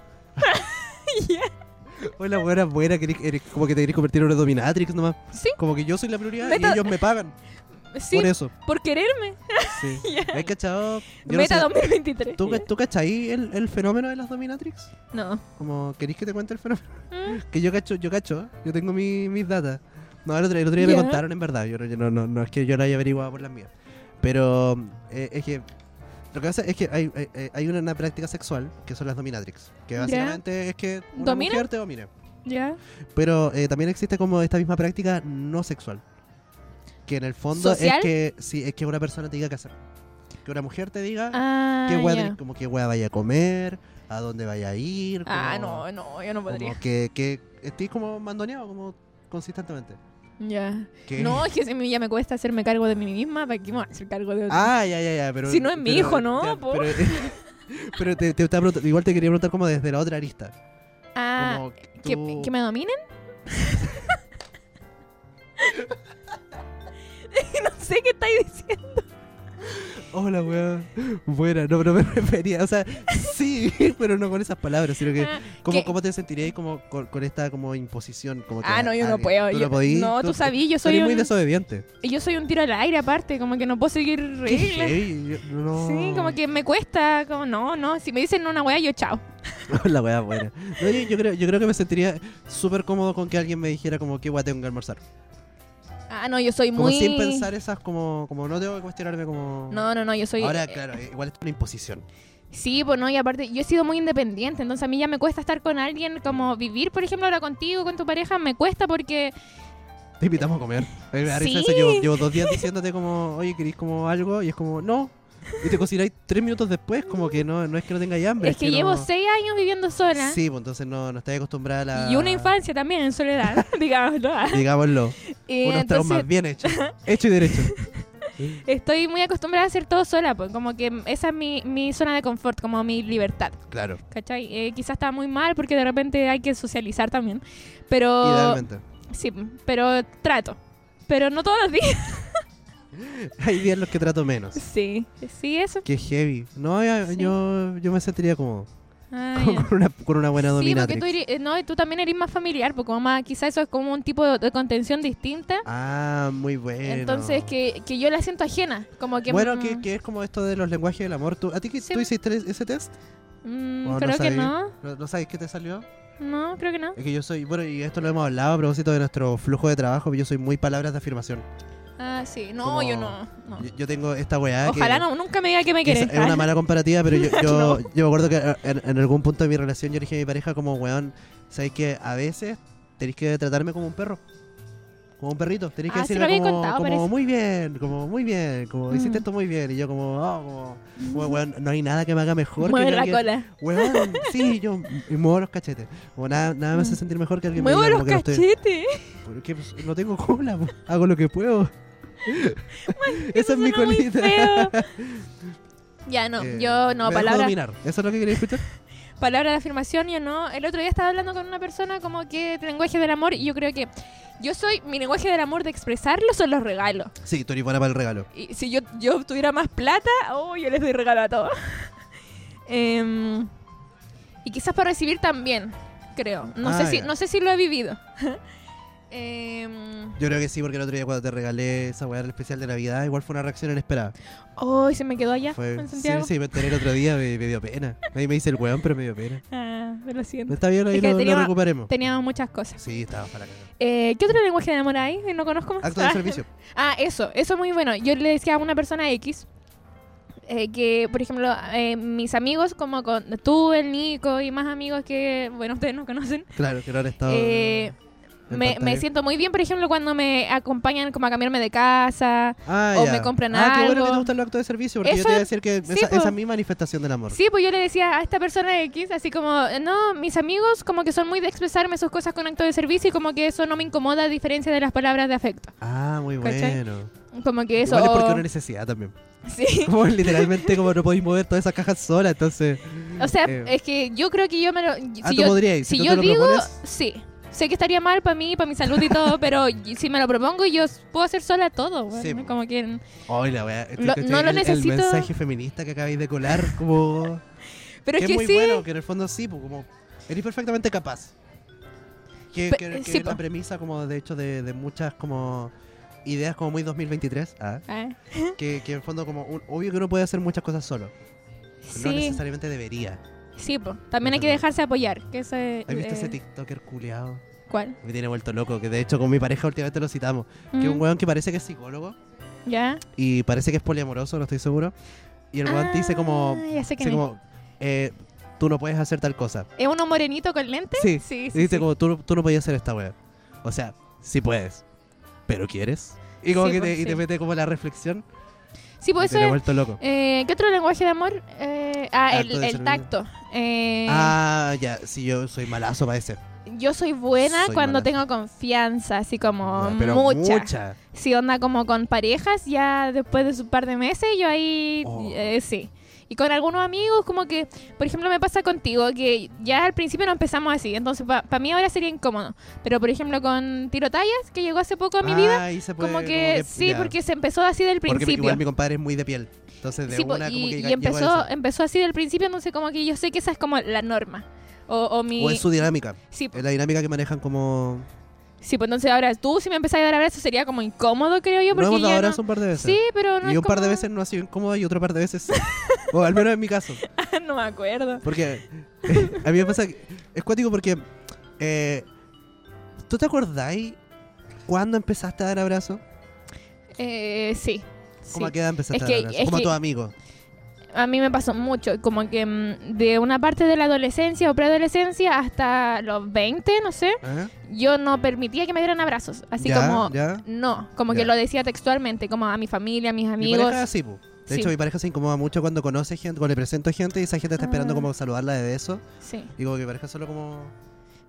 [SPEAKER 1] Hola, buena, buena, querés- eres como que te querés convertir en una dominatrix nomás.
[SPEAKER 2] Sí.
[SPEAKER 1] Como que yo soy la prioridad
[SPEAKER 2] Meta-
[SPEAKER 1] y ellos me pagan.
[SPEAKER 2] Sí,
[SPEAKER 1] Por
[SPEAKER 2] por,
[SPEAKER 1] eso.
[SPEAKER 2] quererme.
[SPEAKER 1] Sí.
[SPEAKER 2] Ya.
[SPEAKER 1] ¿Has cachado? Yo no
[SPEAKER 2] Meta
[SPEAKER 1] sé,
[SPEAKER 2] 2023.
[SPEAKER 1] ¿Tú, ca- ¿Tú cachai el, el fenómeno de las dominatrix?
[SPEAKER 2] No.
[SPEAKER 1] Como, ¿queréis que te cuente el fenómeno?
[SPEAKER 2] Mm.
[SPEAKER 1] Que yo cacho, yo cacho, yo tengo mi- mis datas. No, el otro, el otro día
[SPEAKER 2] Ya.
[SPEAKER 1] me contaron en verdad, yo no, yo no, no, no es que yo lo haya averiguado por las mías. Pero eh, es que lo que pasa es que hay, hay- hay- hay una, una práctica sexual que son las dominatrix, que
[SPEAKER 2] Ya.
[SPEAKER 1] básicamente es que una
[SPEAKER 2] ¿Domina?
[SPEAKER 1] mujer te domine.
[SPEAKER 2] Ya.
[SPEAKER 1] Pero eh, también existe como esta misma práctica no sexual. Que en el fondo
[SPEAKER 2] ¿Social?
[SPEAKER 1] es que sí, es que una persona te diga qué hacer. Que una mujer te diga
[SPEAKER 2] Ah,
[SPEAKER 1] qué hueá
[SPEAKER 2] ya.
[SPEAKER 1] tenés- como qué hueá vaya a comer, a dónde vaya a ir.
[SPEAKER 2] Ah,
[SPEAKER 1] como-
[SPEAKER 2] no, no, yo no
[SPEAKER 1] como
[SPEAKER 2] podría.
[SPEAKER 1] que, que estés como mandoneado como consistentemente.
[SPEAKER 2] Ya.
[SPEAKER 1] Que-
[SPEAKER 2] No, es que si a mí ya me cuesta hacerme cargo de mí misma, ¿para qué me voy a hacer cargo de otro?
[SPEAKER 1] Ah, ya, ya, ya, pero
[SPEAKER 2] Si no es mi
[SPEAKER 1] pero-
[SPEAKER 2] hijo, ¿no?
[SPEAKER 1] ya,
[SPEAKER 2] Po.
[SPEAKER 1] Pero, pero te, te estaba preguntando- igual te quería preguntar como desde la otra arista.
[SPEAKER 2] Ah,
[SPEAKER 1] como
[SPEAKER 2] ¿que,
[SPEAKER 1] tú-
[SPEAKER 2] que me dominen? no sé qué estáis diciendo.
[SPEAKER 1] Hola, weón. Buena, no, no me refería. O sea, sí, pero no con esas palabras, sino que.
[SPEAKER 2] Ah,
[SPEAKER 1] ¿Cómo,
[SPEAKER 2] que-
[SPEAKER 1] cómo te sentirías con, con, con esta como imposición? Como que
[SPEAKER 2] Ah, no, yo no
[SPEAKER 1] alguien-
[SPEAKER 2] puedo.
[SPEAKER 1] ¿Tú
[SPEAKER 2] yo-
[SPEAKER 1] no, podís?
[SPEAKER 2] no, tú sabías, yo soy
[SPEAKER 1] eres muy
[SPEAKER 2] un-
[SPEAKER 1] desobediente.
[SPEAKER 2] yo soy un tiro al aire aparte, como que no puedo seguir
[SPEAKER 1] Qué
[SPEAKER 2] reglas.
[SPEAKER 1] heavy, yo- no.
[SPEAKER 2] Sí, como que me cuesta, como no, no, si me dicen una weá, yo chao.
[SPEAKER 1] La weá buena. No, yo, yo creo, yo creo que me sentiría súper cómodo con que alguien me dijera como qué weá tengo que almorzar.
[SPEAKER 2] Ah, no, yo soy
[SPEAKER 1] Como
[SPEAKER 2] muy...
[SPEAKER 1] sin pensar esas como, como no tengo que cuestionarme como...
[SPEAKER 2] No, no, no, yo soy...
[SPEAKER 1] Ahora, claro, eh, igual es una imposición.
[SPEAKER 2] Sí, pues no, y aparte, yo he sido muy independiente, entonces a mí ya me cuesta estar con alguien, como vivir, por ejemplo, ahora contigo, con tu pareja, me cuesta porque...
[SPEAKER 1] Te invitamos a comer. A mí me da risa
[SPEAKER 2] Sí.
[SPEAKER 1] eso, Llevo, llevo dos días diciéndote como, oye, ¿querís como algo? Y es como, no. Y te cocináis tres minutos después, como que no, no es que no tengáis hambre.
[SPEAKER 2] es que, llevo
[SPEAKER 1] no-
[SPEAKER 2] seis años viviendo sola
[SPEAKER 1] Sí, ah. pues entonces no, no estás acostumbrada a la...
[SPEAKER 2] y una infancia también en soledad, digamos, ¿no?
[SPEAKER 1] Digámoslo.
[SPEAKER 2] Y
[SPEAKER 1] unos traumas
[SPEAKER 2] Eh, entonces
[SPEAKER 1] bien hechos. Hecho y derecho.
[SPEAKER 2] estoy muy acostumbrada a hacer todo sola, pues como que esa es mi, mi zona de confort, como mi libertad,
[SPEAKER 1] Claro.
[SPEAKER 2] ¿cachai? Eh, quizás está muy mal porque de repente hay que socializar también, pero...
[SPEAKER 1] Idealmente.
[SPEAKER 2] Sí, pero trato, pero no todos los días.
[SPEAKER 1] Hay días en los que trato menos.
[SPEAKER 2] Sí, sí, eso.
[SPEAKER 1] Qué heavy. No, ya-
[SPEAKER 2] Sí.
[SPEAKER 1] yo, yo me sentiría como
[SPEAKER 2] Ah,
[SPEAKER 1] con,
[SPEAKER 2] ya.
[SPEAKER 1] una, con una buena
[SPEAKER 2] Sí, porque
[SPEAKER 1] dominatrix.
[SPEAKER 2] tú, eri- eh, no, y tú también eres más familiar, porque mamá, quizás eso es como un tipo de, de contención distinta.
[SPEAKER 1] Ah, muy bueno.
[SPEAKER 2] Entonces, que, que yo la siento ajena. Como que,
[SPEAKER 1] Bueno,
[SPEAKER 2] mm,
[SPEAKER 1] que, que es como esto de los lenguajes del amor. ¿Tú, ¿A ti que
[SPEAKER 2] Sí,
[SPEAKER 1] tú
[SPEAKER 2] me-
[SPEAKER 1] hiciste ese test?
[SPEAKER 2] mm,
[SPEAKER 1] ¿O
[SPEAKER 2] creo que
[SPEAKER 1] sabes?
[SPEAKER 2] no.
[SPEAKER 1] Oh, no. no sabes qué te salió?
[SPEAKER 2] No, creo que no.
[SPEAKER 1] Es que yo soy, bueno, y esto lo hemos hablado a propósito de nuestro flujo de trabajo, yo soy muy palabras de afirmación.
[SPEAKER 2] Ah, sí. No,
[SPEAKER 1] Como-
[SPEAKER 2] yo no. no.
[SPEAKER 1] Yo, yo tengo esta weá
[SPEAKER 2] Oh. Ojalá
[SPEAKER 1] que,
[SPEAKER 2] no, nunca me diga que me Ah,
[SPEAKER 1] que
[SPEAKER 2] quieres.
[SPEAKER 1] Es es una mala comparativa, pero yo, yo,
[SPEAKER 2] No.
[SPEAKER 1] yo me acuerdo que eh, en, en algún punto de mi relación yo le dije a mi pareja como, weón, ¿sabes que a veces tenéis que tratarme como un perro? Como un perrito, tenéis que
[SPEAKER 2] Ah, sí, lo
[SPEAKER 1] decirme
[SPEAKER 2] había
[SPEAKER 1] como,
[SPEAKER 2] contado,
[SPEAKER 1] como,
[SPEAKER 2] parece.
[SPEAKER 1] muy bien, como muy bien, como
[SPEAKER 2] Mm.
[SPEAKER 1] hiciste esto muy bien. Y yo como, oh, como, como, weón, no hay nada que me haga mejor. que
[SPEAKER 2] Mueve
[SPEAKER 1] que
[SPEAKER 2] la
[SPEAKER 1] alguien-
[SPEAKER 2] cola.
[SPEAKER 1] Weón, sí, yo y muevo los cachetes. Como nada, nada me hace
[SPEAKER 2] Mm.
[SPEAKER 1] sentir mejor que alguien me
[SPEAKER 2] Muevo
[SPEAKER 1] diga
[SPEAKER 2] los
[SPEAKER 1] como que no estoy-
[SPEAKER 2] cachetes.
[SPEAKER 1] porque pues, no tengo cola, po. hago lo que puedo. Esa
[SPEAKER 2] Eso
[SPEAKER 1] es mi
[SPEAKER 2] suena muy
[SPEAKER 1] colita.
[SPEAKER 2] feo. Ya no,
[SPEAKER 1] Eh,
[SPEAKER 2] yo no,
[SPEAKER 1] me dejo
[SPEAKER 2] palabras
[SPEAKER 1] dominar. ¿Eso es lo que quería escuchar?
[SPEAKER 2] palabra de afirmación, yo no. El otro día estaba hablando con una persona como que de lenguaje del amor y yo creo que yo soy, mi lenguaje del amor de expresarlo son los regalos.
[SPEAKER 1] Sí, Tori, buena para el regalo.
[SPEAKER 2] Y si yo, yo tuviera más plata, oh, yo les doy regalo a todos. Em, y quizás para recibir también, creo. No,
[SPEAKER 1] Ah,
[SPEAKER 2] sé, si,
[SPEAKER 1] ya.
[SPEAKER 2] no sé si lo he vivido. Em,
[SPEAKER 1] Yo creo que sí, porque el otro día cuando te regalé esa weá del especial de Navidad, igual fue una reacción inesperada.
[SPEAKER 2] oh, se me quedó allá
[SPEAKER 1] Fue,
[SPEAKER 2] en
[SPEAKER 1] sí,
[SPEAKER 2] Santiago.
[SPEAKER 1] sí, me enteré el otro día, me, me dio pena. Ahí me dice el weón, pero me dio pena.
[SPEAKER 2] Ah, lo
[SPEAKER 1] No
[SPEAKER 2] siento.
[SPEAKER 1] está bien, ahí
[SPEAKER 2] Es que
[SPEAKER 1] lo, lo
[SPEAKER 2] teníamos-
[SPEAKER 1] recuperaremos.
[SPEAKER 2] Teníamos muchas cosas.
[SPEAKER 1] Sí, estaba para acá.
[SPEAKER 2] Eh, ¿Qué otro lenguaje de amor hay? No conozco más.
[SPEAKER 1] Acto de servicio.
[SPEAKER 2] Ah, eso, eso es muy bueno. Yo le decía a una persona X eh, que, por ejemplo, eh, mis amigos, como con tú, el Nico y más amigos que, bueno, ustedes no conocen,
[SPEAKER 1] Claro, que no han estado.
[SPEAKER 2] eh,
[SPEAKER 1] en
[SPEAKER 2] me, me
[SPEAKER 1] pantalla.
[SPEAKER 2] siento muy bien, por ejemplo, cuando me acompañan como a cambiarme de casa.
[SPEAKER 1] Ah,
[SPEAKER 2] o
[SPEAKER 1] ya.
[SPEAKER 2] me compran
[SPEAKER 1] ah, qué bueno que
[SPEAKER 2] algo.
[SPEAKER 1] te gustan los actos de servicio, porque yo
[SPEAKER 2] Eso-
[SPEAKER 1] te iba a decir que
[SPEAKER 2] sí,
[SPEAKER 1] esa,
[SPEAKER 2] po.
[SPEAKER 1] esa es mi manifestación del amor.
[SPEAKER 2] Sí, pues yo le decía a esta persona X, así como, no, mis amigos como que son muy de expresarme sus cosas con acto de servicio y como que eso no me incomoda a diferencia de las palabras de afecto.
[SPEAKER 1] Ah, muy
[SPEAKER 2] ¿Cachai?
[SPEAKER 1] bueno.
[SPEAKER 2] Como que eso...
[SPEAKER 1] Igual es porque una necesidad también.
[SPEAKER 2] Sí.
[SPEAKER 1] Como literalmente, como no podéis mover todas esas cajas sola, entonces.
[SPEAKER 2] O sea,
[SPEAKER 1] Eh.
[SPEAKER 2] es que yo creo que yo me lo...
[SPEAKER 1] ah,
[SPEAKER 2] si
[SPEAKER 1] tú
[SPEAKER 2] yo-
[SPEAKER 1] podríais.
[SPEAKER 2] si
[SPEAKER 1] tú
[SPEAKER 2] yo
[SPEAKER 1] te lo
[SPEAKER 2] digo,
[SPEAKER 1] propones,
[SPEAKER 2] sí. Sé que estaría mal para mí, para mi salud y todo, pero y- si me lo propongo, yo s- puedo hacer sola todo. weón.
[SPEAKER 1] Sí, po.
[SPEAKER 2] Como que,
[SPEAKER 1] Ay, la wea, este,
[SPEAKER 2] Lo-
[SPEAKER 1] ¿cachai?
[SPEAKER 2] no lo
[SPEAKER 1] El-
[SPEAKER 2] necesito.
[SPEAKER 1] El mensaje feminista que acabáis de colar, como.
[SPEAKER 2] pero
[SPEAKER 1] que
[SPEAKER 2] es que
[SPEAKER 1] es muy
[SPEAKER 2] sí.
[SPEAKER 1] bueno, que en el fondo sí, pues, como. Eres perfectamente capaz. Que,
[SPEAKER 2] Pe-
[SPEAKER 1] que- que
[SPEAKER 2] sí,
[SPEAKER 1] es la
[SPEAKER 2] po.
[SPEAKER 1] premisa, como de hecho, de, de muchas, como. ideas como muy 2023, ah,
[SPEAKER 2] Ah,
[SPEAKER 1] que, que en el fondo como un- obvio que uno puede hacer muchas cosas solo, pero no
[SPEAKER 2] Sí,
[SPEAKER 1] necesariamente debería.
[SPEAKER 2] sí, po. también hay que dejarse apoyar. Que eso es,
[SPEAKER 1] ¿Has visto
[SPEAKER 2] eh,
[SPEAKER 1] ese TikToker culeado?
[SPEAKER 2] ¿Cuál?
[SPEAKER 1] Me tiene vuelto loco, que de hecho con mi pareja últimamente lo citamos, que es
[SPEAKER 2] Mm,
[SPEAKER 1] un weón que parece que es psicólogo
[SPEAKER 2] ¿Ya?
[SPEAKER 1] y parece que es poliamoroso, no estoy seguro, y el weón te dice como,
[SPEAKER 2] Ah, ya sé quién
[SPEAKER 1] dice como eh, tú no puedes hacer tal cosa.
[SPEAKER 2] es. ¿Es uno morenito con lente?
[SPEAKER 1] Sí,
[SPEAKER 2] Sí, sí,
[SPEAKER 1] Dice
[SPEAKER 2] sí.
[SPEAKER 1] como, tú, tú no podías hacer esta wea. O sea, sí puedes, pero ¿quieres? Y como
[SPEAKER 2] Sí,
[SPEAKER 1] que
[SPEAKER 2] pues,
[SPEAKER 1] te, y te
[SPEAKER 2] sí.
[SPEAKER 1] mete como la reflexión.
[SPEAKER 2] Sí, pues
[SPEAKER 1] y
[SPEAKER 2] eso
[SPEAKER 1] te he
[SPEAKER 2] es-
[SPEAKER 1] vuelto loco.
[SPEAKER 2] eh, ¿Qué otro lenguaje de amor? Eh, ah,
[SPEAKER 1] Acto
[SPEAKER 2] el,
[SPEAKER 1] de
[SPEAKER 2] el
[SPEAKER 1] servicio.
[SPEAKER 2] tacto. Eh,
[SPEAKER 1] ah, ya, sí, yo soy malazo para ese.
[SPEAKER 2] Yo soy buena
[SPEAKER 1] Soy
[SPEAKER 2] cuando
[SPEAKER 1] mala.
[SPEAKER 2] tengo confianza, así como
[SPEAKER 1] Ya, pero
[SPEAKER 2] Oh, mucha.
[SPEAKER 1] mucha.
[SPEAKER 2] Si onda como con parejas, ya después de su par de meses, yo ahí
[SPEAKER 1] Oh.
[SPEAKER 2] eh, sí. Y con algunos amigos, como que, por ejemplo, me pasa contigo, que ya al principio no empezamos así, entonces para mí ahora sería incómodo. Pero por ejemplo, con Tirotallas, que llegó hace poco
[SPEAKER 1] Ah,
[SPEAKER 2] a mi vida,
[SPEAKER 1] Ahí se puede,
[SPEAKER 2] como que sí,
[SPEAKER 1] pues, ya.
[SPEAKER 2] porque se empezó así del
[SPEAKER 1] Porque
[SPEAKER 2] principio.
[SPEAKER 1] igual mi compadre es muy de piel. Entonces de
[SPEAKER 2] Sí, po,
[SPEAKER 1] una
[SPEAKER 2] y,
[SPEAKER 1] como que
[SPEAKER 2] y
[SPEAKER 1] llega- llegó a
[SPEAKER 2] empezó,
[SPEAKER 1] eso.
[SPEAKER 2] empezó así del principio, entonces como que yo sé que esa es como la norma. O, o mi...
[SPEAKER 1] O es su dinámica.
[SPEAKER 2] sí, po.
[SPEAKER 1] Es la dinámica que manejan como...
[SPEAKER 2] Sí, pues entonces ahora tú, si me empezás a dar abrazos, sería como incómodo, creo yo,
[SPEAKER 1] Lo
[SPEAKER 2] porque
[SPEAKER 1] hemos dado
[SPEAKER 2] ya
[SPEAKER 1] abrazos
[SPEAKER 2] no-
[SPEAKER 1] un par de veces.
[SPEAKER 2] Sí, pero no
[SPEAKER 1] y
[SPEAKER 2] es
[SPEAKER 1] un par de
[SPEAKER 2] como-
[SPEAKER 1] veces no ha sido incómodo y otro par de veces sí. o al menos en mi caso.
[SPEAKER 2] no me acuerdo.
[SPEAKER 1] Porque a mí me pasa que es cuático porque eh, ¿tú te acordáis cuándo empezaste a dar abrazos?
[SPEAKER 2] Eh, sí.
[SPEAKER 1] ¿Cómo a
[SPEAKER 2] sí.
[SPEAKER 1] qué edad empezaste
[SPEAKER 2] Es
[SPEAKER 1] a
[SPEAKER 2] que-
[SPEAKER 1] dar abrazos?
[SPEAKER 2] es
[SPEAKER 1] Como a
[SPEAKER 2] que-
[SPEAKER 1] tus amigos.
[SPEAKER 2] A mí me pasó mucho, como que mm, de una parte de la adolescencia o preadolescencia hasta los 20, no sé,
[SPEAKER 1] Ajá.
[SPEAKER 2] yo no permitía que me dieran abrazos. Así
[SPEAKER 1] ¿eh? Ya,
[SPEAKER 2] como,
[SPEAKER 1] ya.
[SPEAKER 2] no, como que
[SPEAKER 1] Ya.
[SPEAKER 2] lo decía textualmente, como a mi familia, a mis
[SPEAKER 1] Mi
[SPEAKER 2] amigos.
[SPEAKER 1] pareja sí, pu. De
[SPEAKER 2] Sí.
[SPEAKER 1] hecho, mi pareja se incomoda mucho cuando conoce gente, cuando le presento gente y esa gente está esperando
[SPEAKER 2] Ah.
[SPEAKER 1] como saludarla de eso.
[SPEAKER 2] Sí.
[SPEAKER 1] Y como que mi pareja solo como...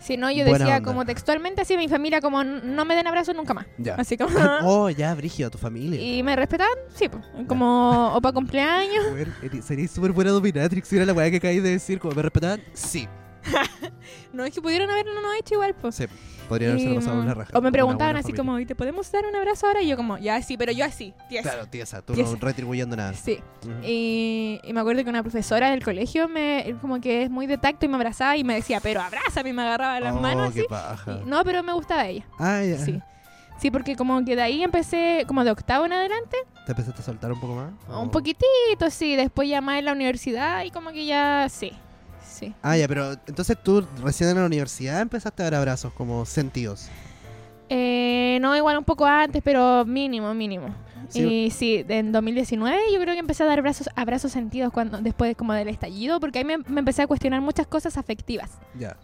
[SPEAKER 2] Si no, yo
[SPEAKER 1] Buena
[SPEAKER 2] decía
[SPEAKER 1] onda.
[SPEAKER 2] como textualmente así a mi familia, como "N- no me den abrazos nunca más.
[SPEAKER 1] Ya.
[SPEAKER 2] Así como...
[SPEAKER 1] oh, ya, Brigio, tu familia.
[SPEAKER 2] y me respetaban, sí, pues, como o para cumpleaños.
[SPEAKER 1] Bueno, eri- Sería súper buena dominatrix. Mira la weá que caí de decir, como me respetaban. Sí,
[SPEAKER 2] No, es que pudieron haberlo no hecho igual, pues.
[SPEAKER 1] sí. Podría haberse
[SPEAKER 2] Y,
[SPEAKER 1] pasado
[SPEAKER 2] mm,
[SPEAKER 1] una raja.
[SPEAKER 2] O me
[SPEAKER 1] Una
[SPEAKER 2] preguntaban
[SPEAKER 1] buena
[SPEAKER 2] así
[SPEAKER 1] familia.
[SPEAKER 2] como, ¿y te podemos dar un abrazo ahora? Y yo como, ya sí, pero yo así, tiesa.
[SPEAKER 1] Claro, tiesa, tú
[SPEAKER 2] Tiesa.
[SPEAKER 1] no retribuyendo nada.
[SPEAKER 2] Sí.
[SPEAKER 1] Ujú.
[SPEAKER 2] Y, y me acuerdo que una profesora del colegio me como que es muy de tacto y me abrazaba y me decía, pero abrázame, y me agarraba las
[SPEAKER 1] Oh,
[SPEAKER 2] manos
[SPEAKER 1] qué
[SPEAKER 2] así.
[SPEAKER 1] paja.
[SPEAKER 2] Y- no, pero me gustaba ella.
[SPEAKER 1] Ah, ya.
[SPEAKER 2] Sí. Sí, porque como que de ahí empecé, como de octavo en adelante,
[SPEAKER 1] ¿Te empezaste a soltar un poco más? Oh.
[SPEAKER 2] un
[SPEAKER 1] ¿O?
[SPEAKER 2] poquitito, sí. Después ya más en la universidad y como que ya, sí. Sí.
[SPEAKER 1] Ah, ya, pero entonces tú recién en la universidad empezaste a dar abrazos como sentidos.
[SPEAKER 2] Eh, no, igual un poco antes, pero mínimo, mínimo.
[SPEAKER 1] Sí.
[SPEAKER 2] Y sí, en 2019 yo creo que empecé a dar brazos, abrazos sentidos cuando, después como del estallido, porque ahí me, me empecé a cuestionar muchas cosas afectivas.
[SPEAKER 1] Ya.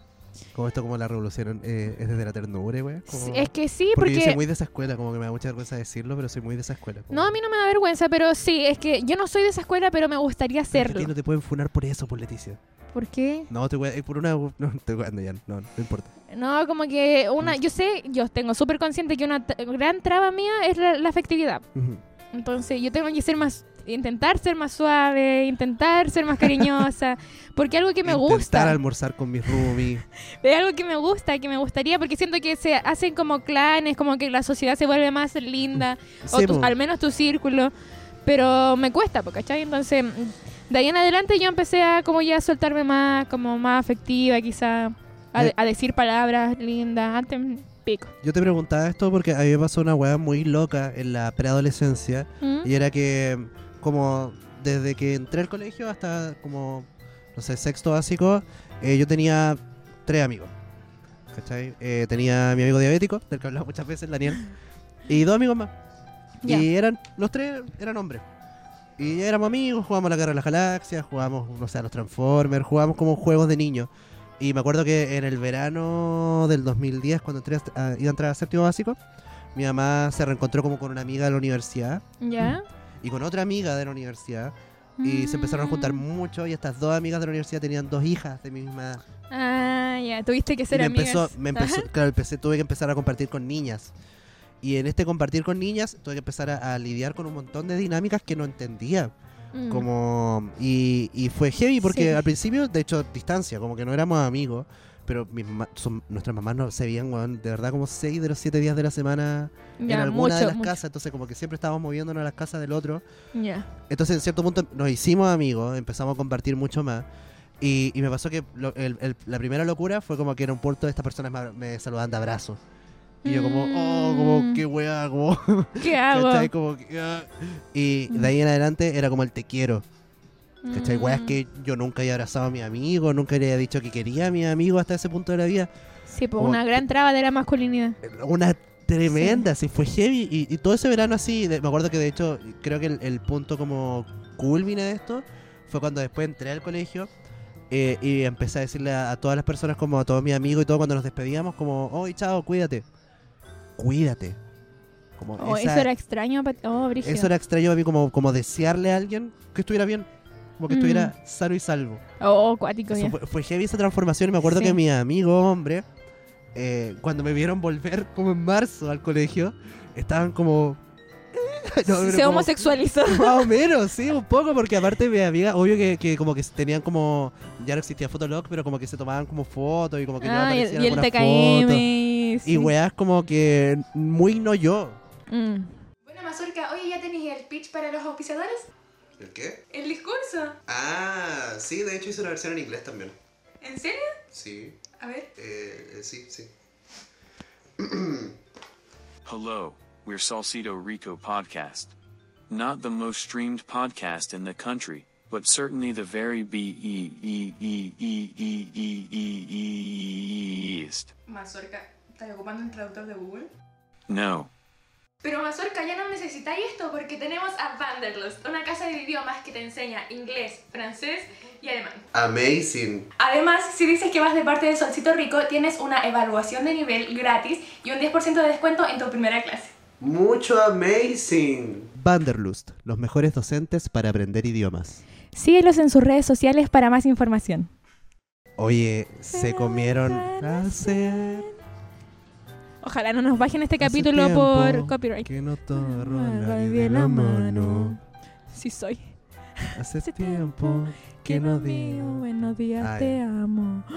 [SPEAKER 1] Como esto, como la revolución eh, es desde la ternura, güey. como-
[SPEAKER 2] Sí, es que sí,
[SPEAKER 1] porque yo
[SPEAKER 2] porque...
[SPEAKER 1] soy muy de esa escuela, como que me da mucha vergüenza decirlo, pero soy muy de esa escuela. como-
[SPEAKER 2] No, a mí no me da vergüenza, pero sí, es que yo no soy de esa escuela, pero me
[SPEAKER 1] Pero
[SPEAKER 2] gustaría
[SPEAKER 1] es que a ti
[SPEAKER 2] hacerlo.
[SPEAKER 1] No te pueden funar por eso, por Leticia.
[SPEAKER 2] ¿Por qué?
[SPEAKER 1] No, te voy a- eh, por una. No, te voy a- ya, no, no importa.
[SPEAKER 2] No, como que una... Yo sé, yo tengo súper consciente que una t- gran traba mía es la, la afectividad.
[SPEAKER 1] Ujú.
[SPEAKER 2] Entonces yo tengo que ser más... Intentar ser más suave, intentar ser más cariñosa, porque algo que me
[SPEAKER 1] Intentar
[SPEAKER 2] gusta...
[SPEAKER 1] almorzar con mis roomies.
[SPEAKER 2] Es algo que me gusta, que me gustaría, porque siento que se hacen como clanes, como que la sociedad se vuelve más linda, o
[SPEAKER 1] Mm, Sí,
[SPEAKER 2] tu-
[SPEAKER 1] po.
[SPEAKER 2] al menos tu círculo, pero me cuesta, po, ¿cachai? Entonces, mm, de ahí en adelante yo empecé a como ya soltarme más, como más afectiva quizá, a,
[SPEAKER 1] Eh.
[SPEAKER 2] a decir palabras lindas, antes mm, pico.
[SPEAKER 1] Yo te preguntaba esto porque a mí me pasó una weá muy loca en la preadolescencia.
[SPEAKER 2] ¿Mm?
[SPEAKER 1] Y era que, como desde que entré al colegio hasta como, no sé, sexto básico, eh, yo tenía tres amigos. ¿Cachai? Eh, tenía a mi amigo diabético, del que he hablado muchas veces, Daniel, y dos amigos más.
[SPEAKER 2] Ya.
[SPEAKER 1] Y eran, los tres eran hombres. Y éramos amigos, jugábamos a la Guerra de las Galaxias, jugábamos, no sé, a los Transformers, jugábamos como juegos de niños. Y me acuerdo que en el verano del 2010, cuando entré a- a- iba a entrar a séptimo básico, mi mamá se reencontró como con una amiga de la universidad
[SPEAKER 2] ¿Ya?
[SPEAKER 1] y con otra amiga de la universidad. Y se empezaron a juntar
[SPEAKER 2] Mm.
[SPEAKER 1] mucho y estas dos amigas de la universidad tenían dos hijas de mi misma edad.
[SPEAKER 2] Ah, ya, tuviste que
[SPEAKER 1] Y
[SPEAKER 2] ser
[SPEAKER 1] me
[SPEAKER 2] amigas.
[SPEAKER 1] empezó, me
[SPEAKER 2] Ajá.
[SPEAKER 1] empezó, claro, empecé, tuve que empezar a compartir con niñas. Y en este compartir con niñas tuve que empezar a, a lidiar con un montón de dinámicas que no entendía.
[SPEAKER 2] Mm.
[SPEAKER 1] Como y, y fue heavy porque
[SPEAKER 2] Sí.
[SPEAKER 1] al principio, de hecho, distancia, como que no éramos amigos, pero mis ma- son- nuestras mamás no se veían, weón, de verdad como seis de los siete días de la semana en
[SPEAKER 2] Ya,
[SPEAKER 1] alguna de
[SPEAKER 2] mucho,
[SPEAKER 1] las
[SPEAKER 2] mucho.
[SPEAKER 1] casas, entonces como que siempre estábamos moviéndonos a las casas del otro.
[SPEAKER 2] Ya.
[SPEAKER 1] Entonces, en cierto punto nos hicimos amigos, empezamos a compartir mucho más. Y, y me pasó que lo- el- el- la primera locura fue como que en un puerto estas personas me, abra- me saludaban de abrazo. Y Y yo como, oh, como, qué weá, como,
[SPEAKER 2] ¿Qué hago?
[SPEAKER 1] ¿cachai? Como, que, ah. Y de ahí en adelante era como el te quiero, ¿cachai?
[SPEAKER 2] Mm.
[SPEAKER 1] Weas que yo nunca había abrazado a mi amigo, nunca le había dicho que quería a mi amigo hasta ese punto de la vida.
[SPEAKER 2] Sí, pues
[SPEAKER 1] como-
[SPEAKER 2] una gran traba de la masculinidad.
[SPEAKER 1] Una tremenda, sí, fue heavy. Y, y todo ese verano así, de- me acuerdo que de hecho, creo que el, el punto como culmine de esto fue cuando después entré al colegio. eh, y empecé a decirle a, a todas las personas, como a todos mis amigos y todo, cuando nos despedíamos, como, hoy chao, cuídate. Cuídate. Como
[SPEAKER 2] Oh,
[SPEAKER 1] esa-
[SPEAKER 2] eso era extraño. pa- Oh, brígido.
[SPEAKER 1] Eso era extraño a mí, como, como desearle a alguien que estuviera bien, como que
[SPEAKER 2] Mm.
[SPEAKER 1] estuviera sano y salvo.
[SPEAKER 2] Oh, cuático
[SPEAKER 1] Eso
[SPEAKER 2] ya.
[SPEAKER 1] fue, fue heavy esa transformación. Y me acuerdo
[SPEAKER 2] Sí.
[SPEAKER 1] que mi amigo, hombre, eh, cuando me vieron volver como en marzo al colegio, estaban como. eh, No, pero
[SPEAKER 2] Se
[SPEAKER 1] como-
[SPEAKER 2] homosexualizó.
[SPEAKER 1] Más o menos, sí, un poco, porque aparte mi amiga, obvio que, que como que tenían como. Ya no existía Fotolog, pero como que se tomaban como fotos y como que
[SPEAKER 2] Ah,
[SPEAKER 1] no
[SPEAKER 2] y,
[SPEAKER 1] aparecían
[SPEAKER 2] el- y el
[SPEAKER 1] algunas
[SPEAKER 2] TKM.
[SPEAKER 1] fotos.
[SPEAKER 2] sí.
[SPEAKER 1] Y weas como que muy no yo.
[SPEAKER 2] Mm.
[SPEAKER 3] Bueno, Mazurka, oye, ¿ya tenéis el pitch para los auspiciadores?
[SPEAKER 1] ¿El qué?
[SPEAKER 3] ¿El discurso?
[SPEAKER 1] Ah, sí, de hecho hice una versión en inglés también.
[SPEAKER 3] ¿En serio?
[SPEAKER 1] Sí, Eh,
[SPEAKER 3] A ver.
[SPEAKER 1] sí, sí.
[SPEAKER 5] Hello, we're Salcedo Rico Podcast. Not the most streamed podcast in the country, but certainly the very be e e e e e e e east.
[SPEAKER 3] Mazurka, ¿estás ocupando el traductor de Google?
[SPEAKER 5] No.
[SPEAKER 3] Pero Mazurka, ya no necesitáis esto porque tenemos a Vanderlust, una casa de idiomas que te enseña inglés, francés y alemán.
[SPEAKER 1] Amazing.
[SPEAKER 3] Además, si dices que vas de parte de Solcito Rico, tienes una evaluación de nivel gratis y un 10% de descuento en tu primera clase.
[SPEAKER 1] Mucho amazing. Vanderlust, los mejores docentes para aprender idiomas.
[SPEAKER 3] Síguelos en sus redes sociales para más información.
[SPEAKER 1] Oye, se comieron. Hacer
[SPEAKER 2] Ojalá no nos bajen este capítulo
[SPEAKER 1] hace tiempo
[SPEAKER 2] por copyright.
[SPEAKER 1] Que no te agarró
[SPEAKER 2] Ah,
[SPEAKER 1] nadie
[SPEAKER 2] ahí
[SPEAKER 1] de
[SPEAKER 2] de
[SPEAKER 1] la
[SPEAKER 2] la
[SPEAKER 1] mano.
[SPEAKER 2] mano. Sí soy.
[SPEAKER 1] Hace
[SPEAKER 2] Hace
[SPEAKER 1] tiempo que no digo.
[SPEAKER 2] buenos días,
[SPEAKER 1] Ay.
[SPEAKER 2] te amo.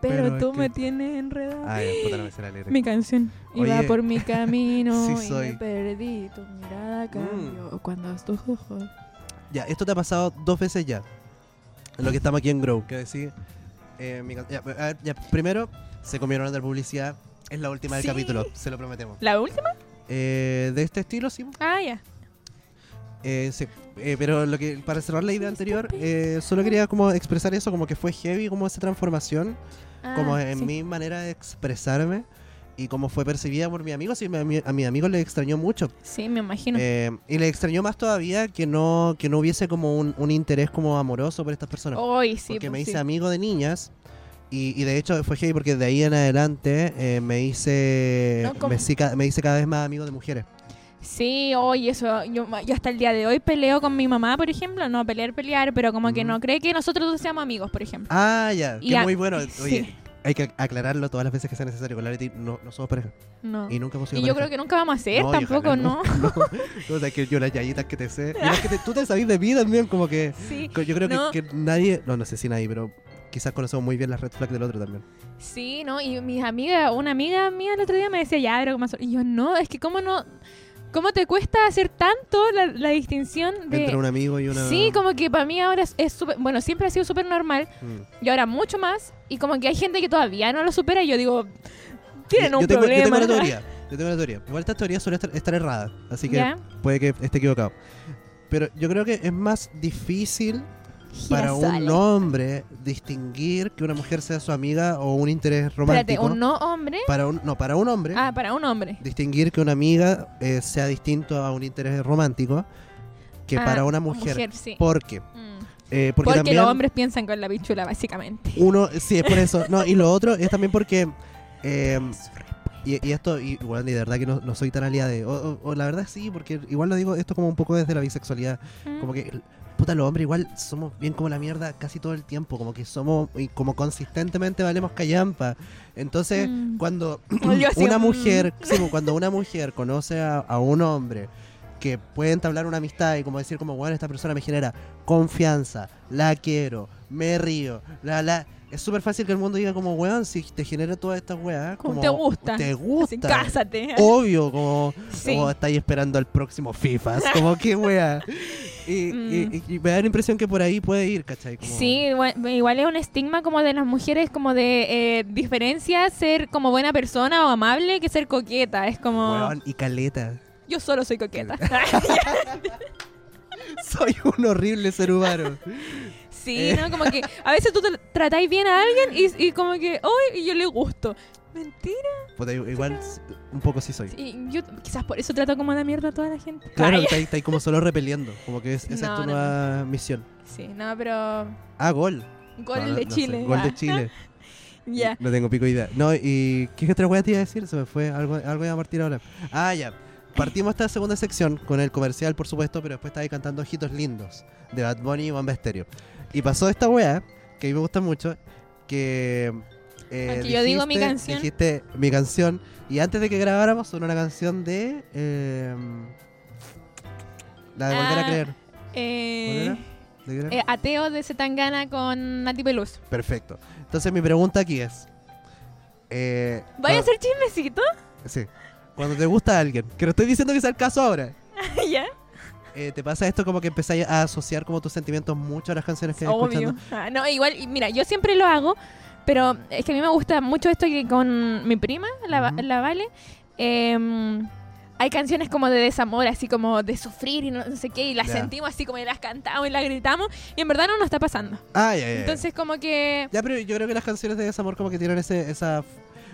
[SPEAKER 1] Pero
[SPEAKER 2] Pero,
[SPEAKER 1] es
[SPEAKER 2] tú
[SPEAKER 1] que-
[SPEAKER 2] me tienes enredado.
[SPEAKER 1] Ay, puta, no me sé la letra.
[SPEAKER 2] Mi canción. Iba
[SPEAKER 1] Oye.
[SPEAKER 2] por mi camino
[SPEAKER 1] Sí
[SPEAKER 2] y
[SPEAKER 1] soy.
[SPEAKER 2] me perdí. Tu mirada cambió cuando tus ojos.
[SPEAKER 1] Mm. Ya, esto te ha pasado dos veces ya. En lo que estamos aquí en Grow, que decir. eh, mi can- ya, a ver, ya, primero, se comieron de publicidad. Es la última del
[SPEAKER 2] Sí.
[SPEAKER 1] capítulo, se lo prometemos.
[SPEAKER 2] ¿La última?
[SPEAKER 1] Eh, de este estilo, sí.
[SPEAKER 2] Ah, ya.
[SPEAKER 1] Eh, sí, eh, pero lo que para cerrar la idea anterior, eh, solo quería como expresar eso, como que fue heavy, como esa transformación,
[SPEAKER 2] Ah,
[SPEAKER 1] como en
[SPEAKER 2] sí.
[SPEAKER 1] mi manera de expresarme y como fue percibida por mis amigos y mi- a mi- a mis amigos les extrañó mucho.
[SPEAKER 2] Sí, me imagino.
[SPEAKER 1] Eh, y les extrañó más todavía que no que no hubiese como un, un interés como amoroso por estas personas.
[SPEAKER 2] Hoy sí.
[SPEAKER 1] porque
[SPEAKER 2] pues,
[SPEAKER 1] me hice
[SPEAKER 2] sí.
[SPEAKER 1] amigo de niñas y, y de hecho fue heavy porque de ahí en adelante eh, me hice
[SPEAKER 2] No, como-
[SPEAKER 1] me, hice ca- me hice cada vez más amigo de mujeres.
[SPEAKER 2] Sí, hoy eso. Yo, yo hasta el día de hoy peleo con mi mamá, por ejemplo. No pelear, pelear, pero como que
[SPEAKER 1] Mm.
[SPEAKER 2] no cree que nosotros dos seamos amigos, por ejemplo.
[SPEAKER 1] Ah, ya,
[SPEAKER 2] Y
[SPEAKER 1] que
[SPEAKER 2] a-
[SPEAKER 1] muy bueno. Oye,
[SPEAKER 2] sí.
[SPEAKER 1] hay que aclararlo todas las veces que sea necesario. Con la Leti no, no somos pareja.
[SPEAKER 2] No.
[SPEAKER 1] Y
[SPEAKER 2] Y,
[SPEAKER 1] nunca hemos sido
[SPEAKER 2] yo creo que nunca vamos a hacer
[SPEAKER 1] No, y
[SPEAKER 2] tampoco,
[SPEAKER 1] ojalá
[SPEAKER 2] ¿no?
[SPEAKER 1] O sea, que yo las yayitas que te sé. y las que te- tú te sabís de mí también, como que.
[SPEAKER 2] Sí.
[SPEAKER 1] co- Yo creo que-
[SPEAKER 2] No.
[SPEAKER 1] que, nadie. No, no sé si nadie, pero quizás conocemos muy bien las red flags del otro también.
[SPEAKER 2] Sí, ¿no? Y mis amigas, una amiga mía el otro día me decía, ya, pero ¿cómo son?". Y yo, no, es que cómo no, cómo te cuesta hacer tanto la, la distinción de...
[SPEAKER 1] Entre un amigo y una.
[SPEAKER 2] Sí, como que para mí ahora es- es súper, bueno, siempre ha sido súper normal
[SPEAKER 1] Mm.
[SPEAKER 2] y ahora mucho más. Y como que hay gente que todavía no lo supera y yo digo, tienen
[SPEAKER 1] Yo-
[SPEAKER 2] un
[SPEAKER 1] yo tengo,
[SPEAKER 2] problema.
[SPEAKER 1] Yo tengo una teoría. Yo tengo una teoría. Igual estas teorías suelen estar, estar erradas. Así que
[SPEAKER 2] ¿Ya?
[SPEAKER 1] puede que esté equivocado. Pero yo creo que es más difícil para un
[SPEAKER 2] Girasole.
[SPEAKER 1] hombre distinguir que una mujer sea su amiga o un interés romántico.
[SPEAKER 2] Espérate, ¿un no hombre?
[SPEAKER 1] Para un, no, para un hombre,
[SPEAKER 2] Ah, para un hombre.
[SPEAKER 1] distinguir que una amiga eh, sea distinto a un interés romántico que
[SPEAKER 2] Ah,
[SPEAKER 1] para una mujer.
[SPEAKER 2] sí.
[SPEAKER 1] ¿Por qué?
[SPEAKER 2] Mm.
[SPEAKER 1] Eh, porque
[SPEAKER 2] Porque,
[SPEAKER 1] también
[SPEAKER 2] los hombres piensan con la pichula, básicamente.
[SPEAKER 1] uno, sí, es por eso. No, y lo otro es también porque... eh, y, y esto, y, bueno, y de verdad que no, no soy tan aliada de... O, o- o la verdad sí, porque igual lo digo esto como un poco desde la bisexualidad.
[SPEAKER 2] Mm.
[SPEAKER 1] Como que, puta, los hombres igual somos bien como la mierda casi todo el tiempo. Como que somos, y como consistentemente valemos callampa. Entonces,
[SPEAKER 2] Mm.
[SPEAKER 1] cuando
[SPEAKER 2] Olió así,
[SPEAKER 1] una
[SPEAKER 2] mm.
[SPEAKER 1] mujer sí, como cuando una mujer conoce a, a un hombre que puede entablar una amistad y como decir como bueno esta persona me genera confianza la quiero me río la la es súper fácil que el mundo diga como weón si te genera todas estas weas como
[SPEAKER 2] Como te gusta.
[SPEAKER 1] te
[SPEAKER 2] Mm. Así,
[SPEAKER 1] gusta Oh.
[SPEAKER 2] cásate.
[SPEAKER 1] obvio como
[SPEAKER 2] Sí.
[SPEAKER 1] como estáis esperando al próximo FIFA como que wea Y,
[SPEAKER 2] Mm.
[SPEAKER 1] y- y me da la impresión que por ahí puede ir, ¿cachai? Como-
[SPEAKER 2] Sí, igual, igual es un estigma como de las mujeres, como de eh, diferencia ser como buena persona o amable que ser coqueta. Es como,
[SPEAKER 1] Weón, y caleta.
[SPEAKER 2] yo solo soy coqueta.
[SPEAKER 1] Soy un horrible ser humano.
[SPEAKER 2] sí, ¿no? Como que a veces tú te- tratáis bien a alguien y, y como que, hoy yo le gusto. Mentira.
[SPEAKER 1] Puta, i- igual, s- un poco sí soy.
[SPEAKER 2] Y yo quizás por eso trato como de mierda a toda la gente.
[SPEAKER 1] Claro,
[SPEAKER 2] Ay.
[SPEAKER 1] está ahí, está ahí como solo repeliendo. Como que es- esa
[SPEAKER 2] No,
[SPEAKER 1] es tu
[SPEAKER 2] no,
[SPEAKER 1] nueva misión.
[SPEAKER 2] Sí, no, pero
[SPEAKER 1] Ah, gol.
[SPEAKER 2] gol
[SPEAKER 1] No,
[SPEAKER 2] de
[SPEAKER 1] no sé,
[SPEAKER 2] Chile.
[SPEAKER 1] gol de
[SPEAKER 2] Ah,
[SPEAKER 1] Chile.
[SPEAKER 2] Ya.
[SPEAKER 1] No tengo pico idea. No, y ¿qué otra weá te iba a decir? Se me fue algo, algo iba a partir ahora. Ah, ya. Partimos esta segunda sección con el comercial, por supuesto, pero después estaba ahí cantando Ojitos Lindos de Bad Bunny y Bamba Estéreo. Y pasó esta weá, que a mí me gusta mucho, que. eh,
[SPEAKER 2] Aquí yo digo mi canción.
[SPEAKER 1] Dijiste mi canción. Y antes de que grabáramos, sonó una canción de. eh, la de Volver
[SPEAKER 2] Ah,
[SPEAKER 1] a Creer.
[SPEAKER 2] Eh,
[SPEAKER 1] ¿Cuál ¿De qué era?
[SPEAKER 2] eh, ateo de Zetangana con Nati Peluso.
[SPEAKER 1] Perfecto. Entonces, mi pregunta aquí es. eh,
[SPEAKER 2] ¿Vaya a
[SPEAKER 1] no-
[SPEAKER 2] hacer chismecito?
[SPEAKER 1] Sí. Cuando te gusta alguien, que no estoy diciendo que sea el caso ahora,
[SPEAKER 2] ¿Ya?
[SPEAKER 1] eh, ¿te pasa esto como que empezáis a asociar como tus sentimientos mucho a las canciones que estás
[SPEAKER 2] Obvio.
[SPEAKER 1] escuchando?
[SPEAKER 2] Ah, no, igual, y mira, yo siempre lo hago, pero es que a mí me gusta mucho esto que con mi prima, la, Va-
[SPEAKER 1] Ujú.
[SPEAKER 2] la Vale, em, hay canciones como de desamor, así como de sufrir y no, no sé qué, y las
[SPEAKER 1] Ya.
[SPEAKER 2] sentimos así como y las cantamos y las gritamos, y en verdad no nos está pasando.
[SPEAKER 1] Ah, ya, ya, ya.
[SPEAKER 2] Entonces como que...
[SPEAKER 1] Ya, pero yo creo que las canciones de desamor como que tienen ese, esa...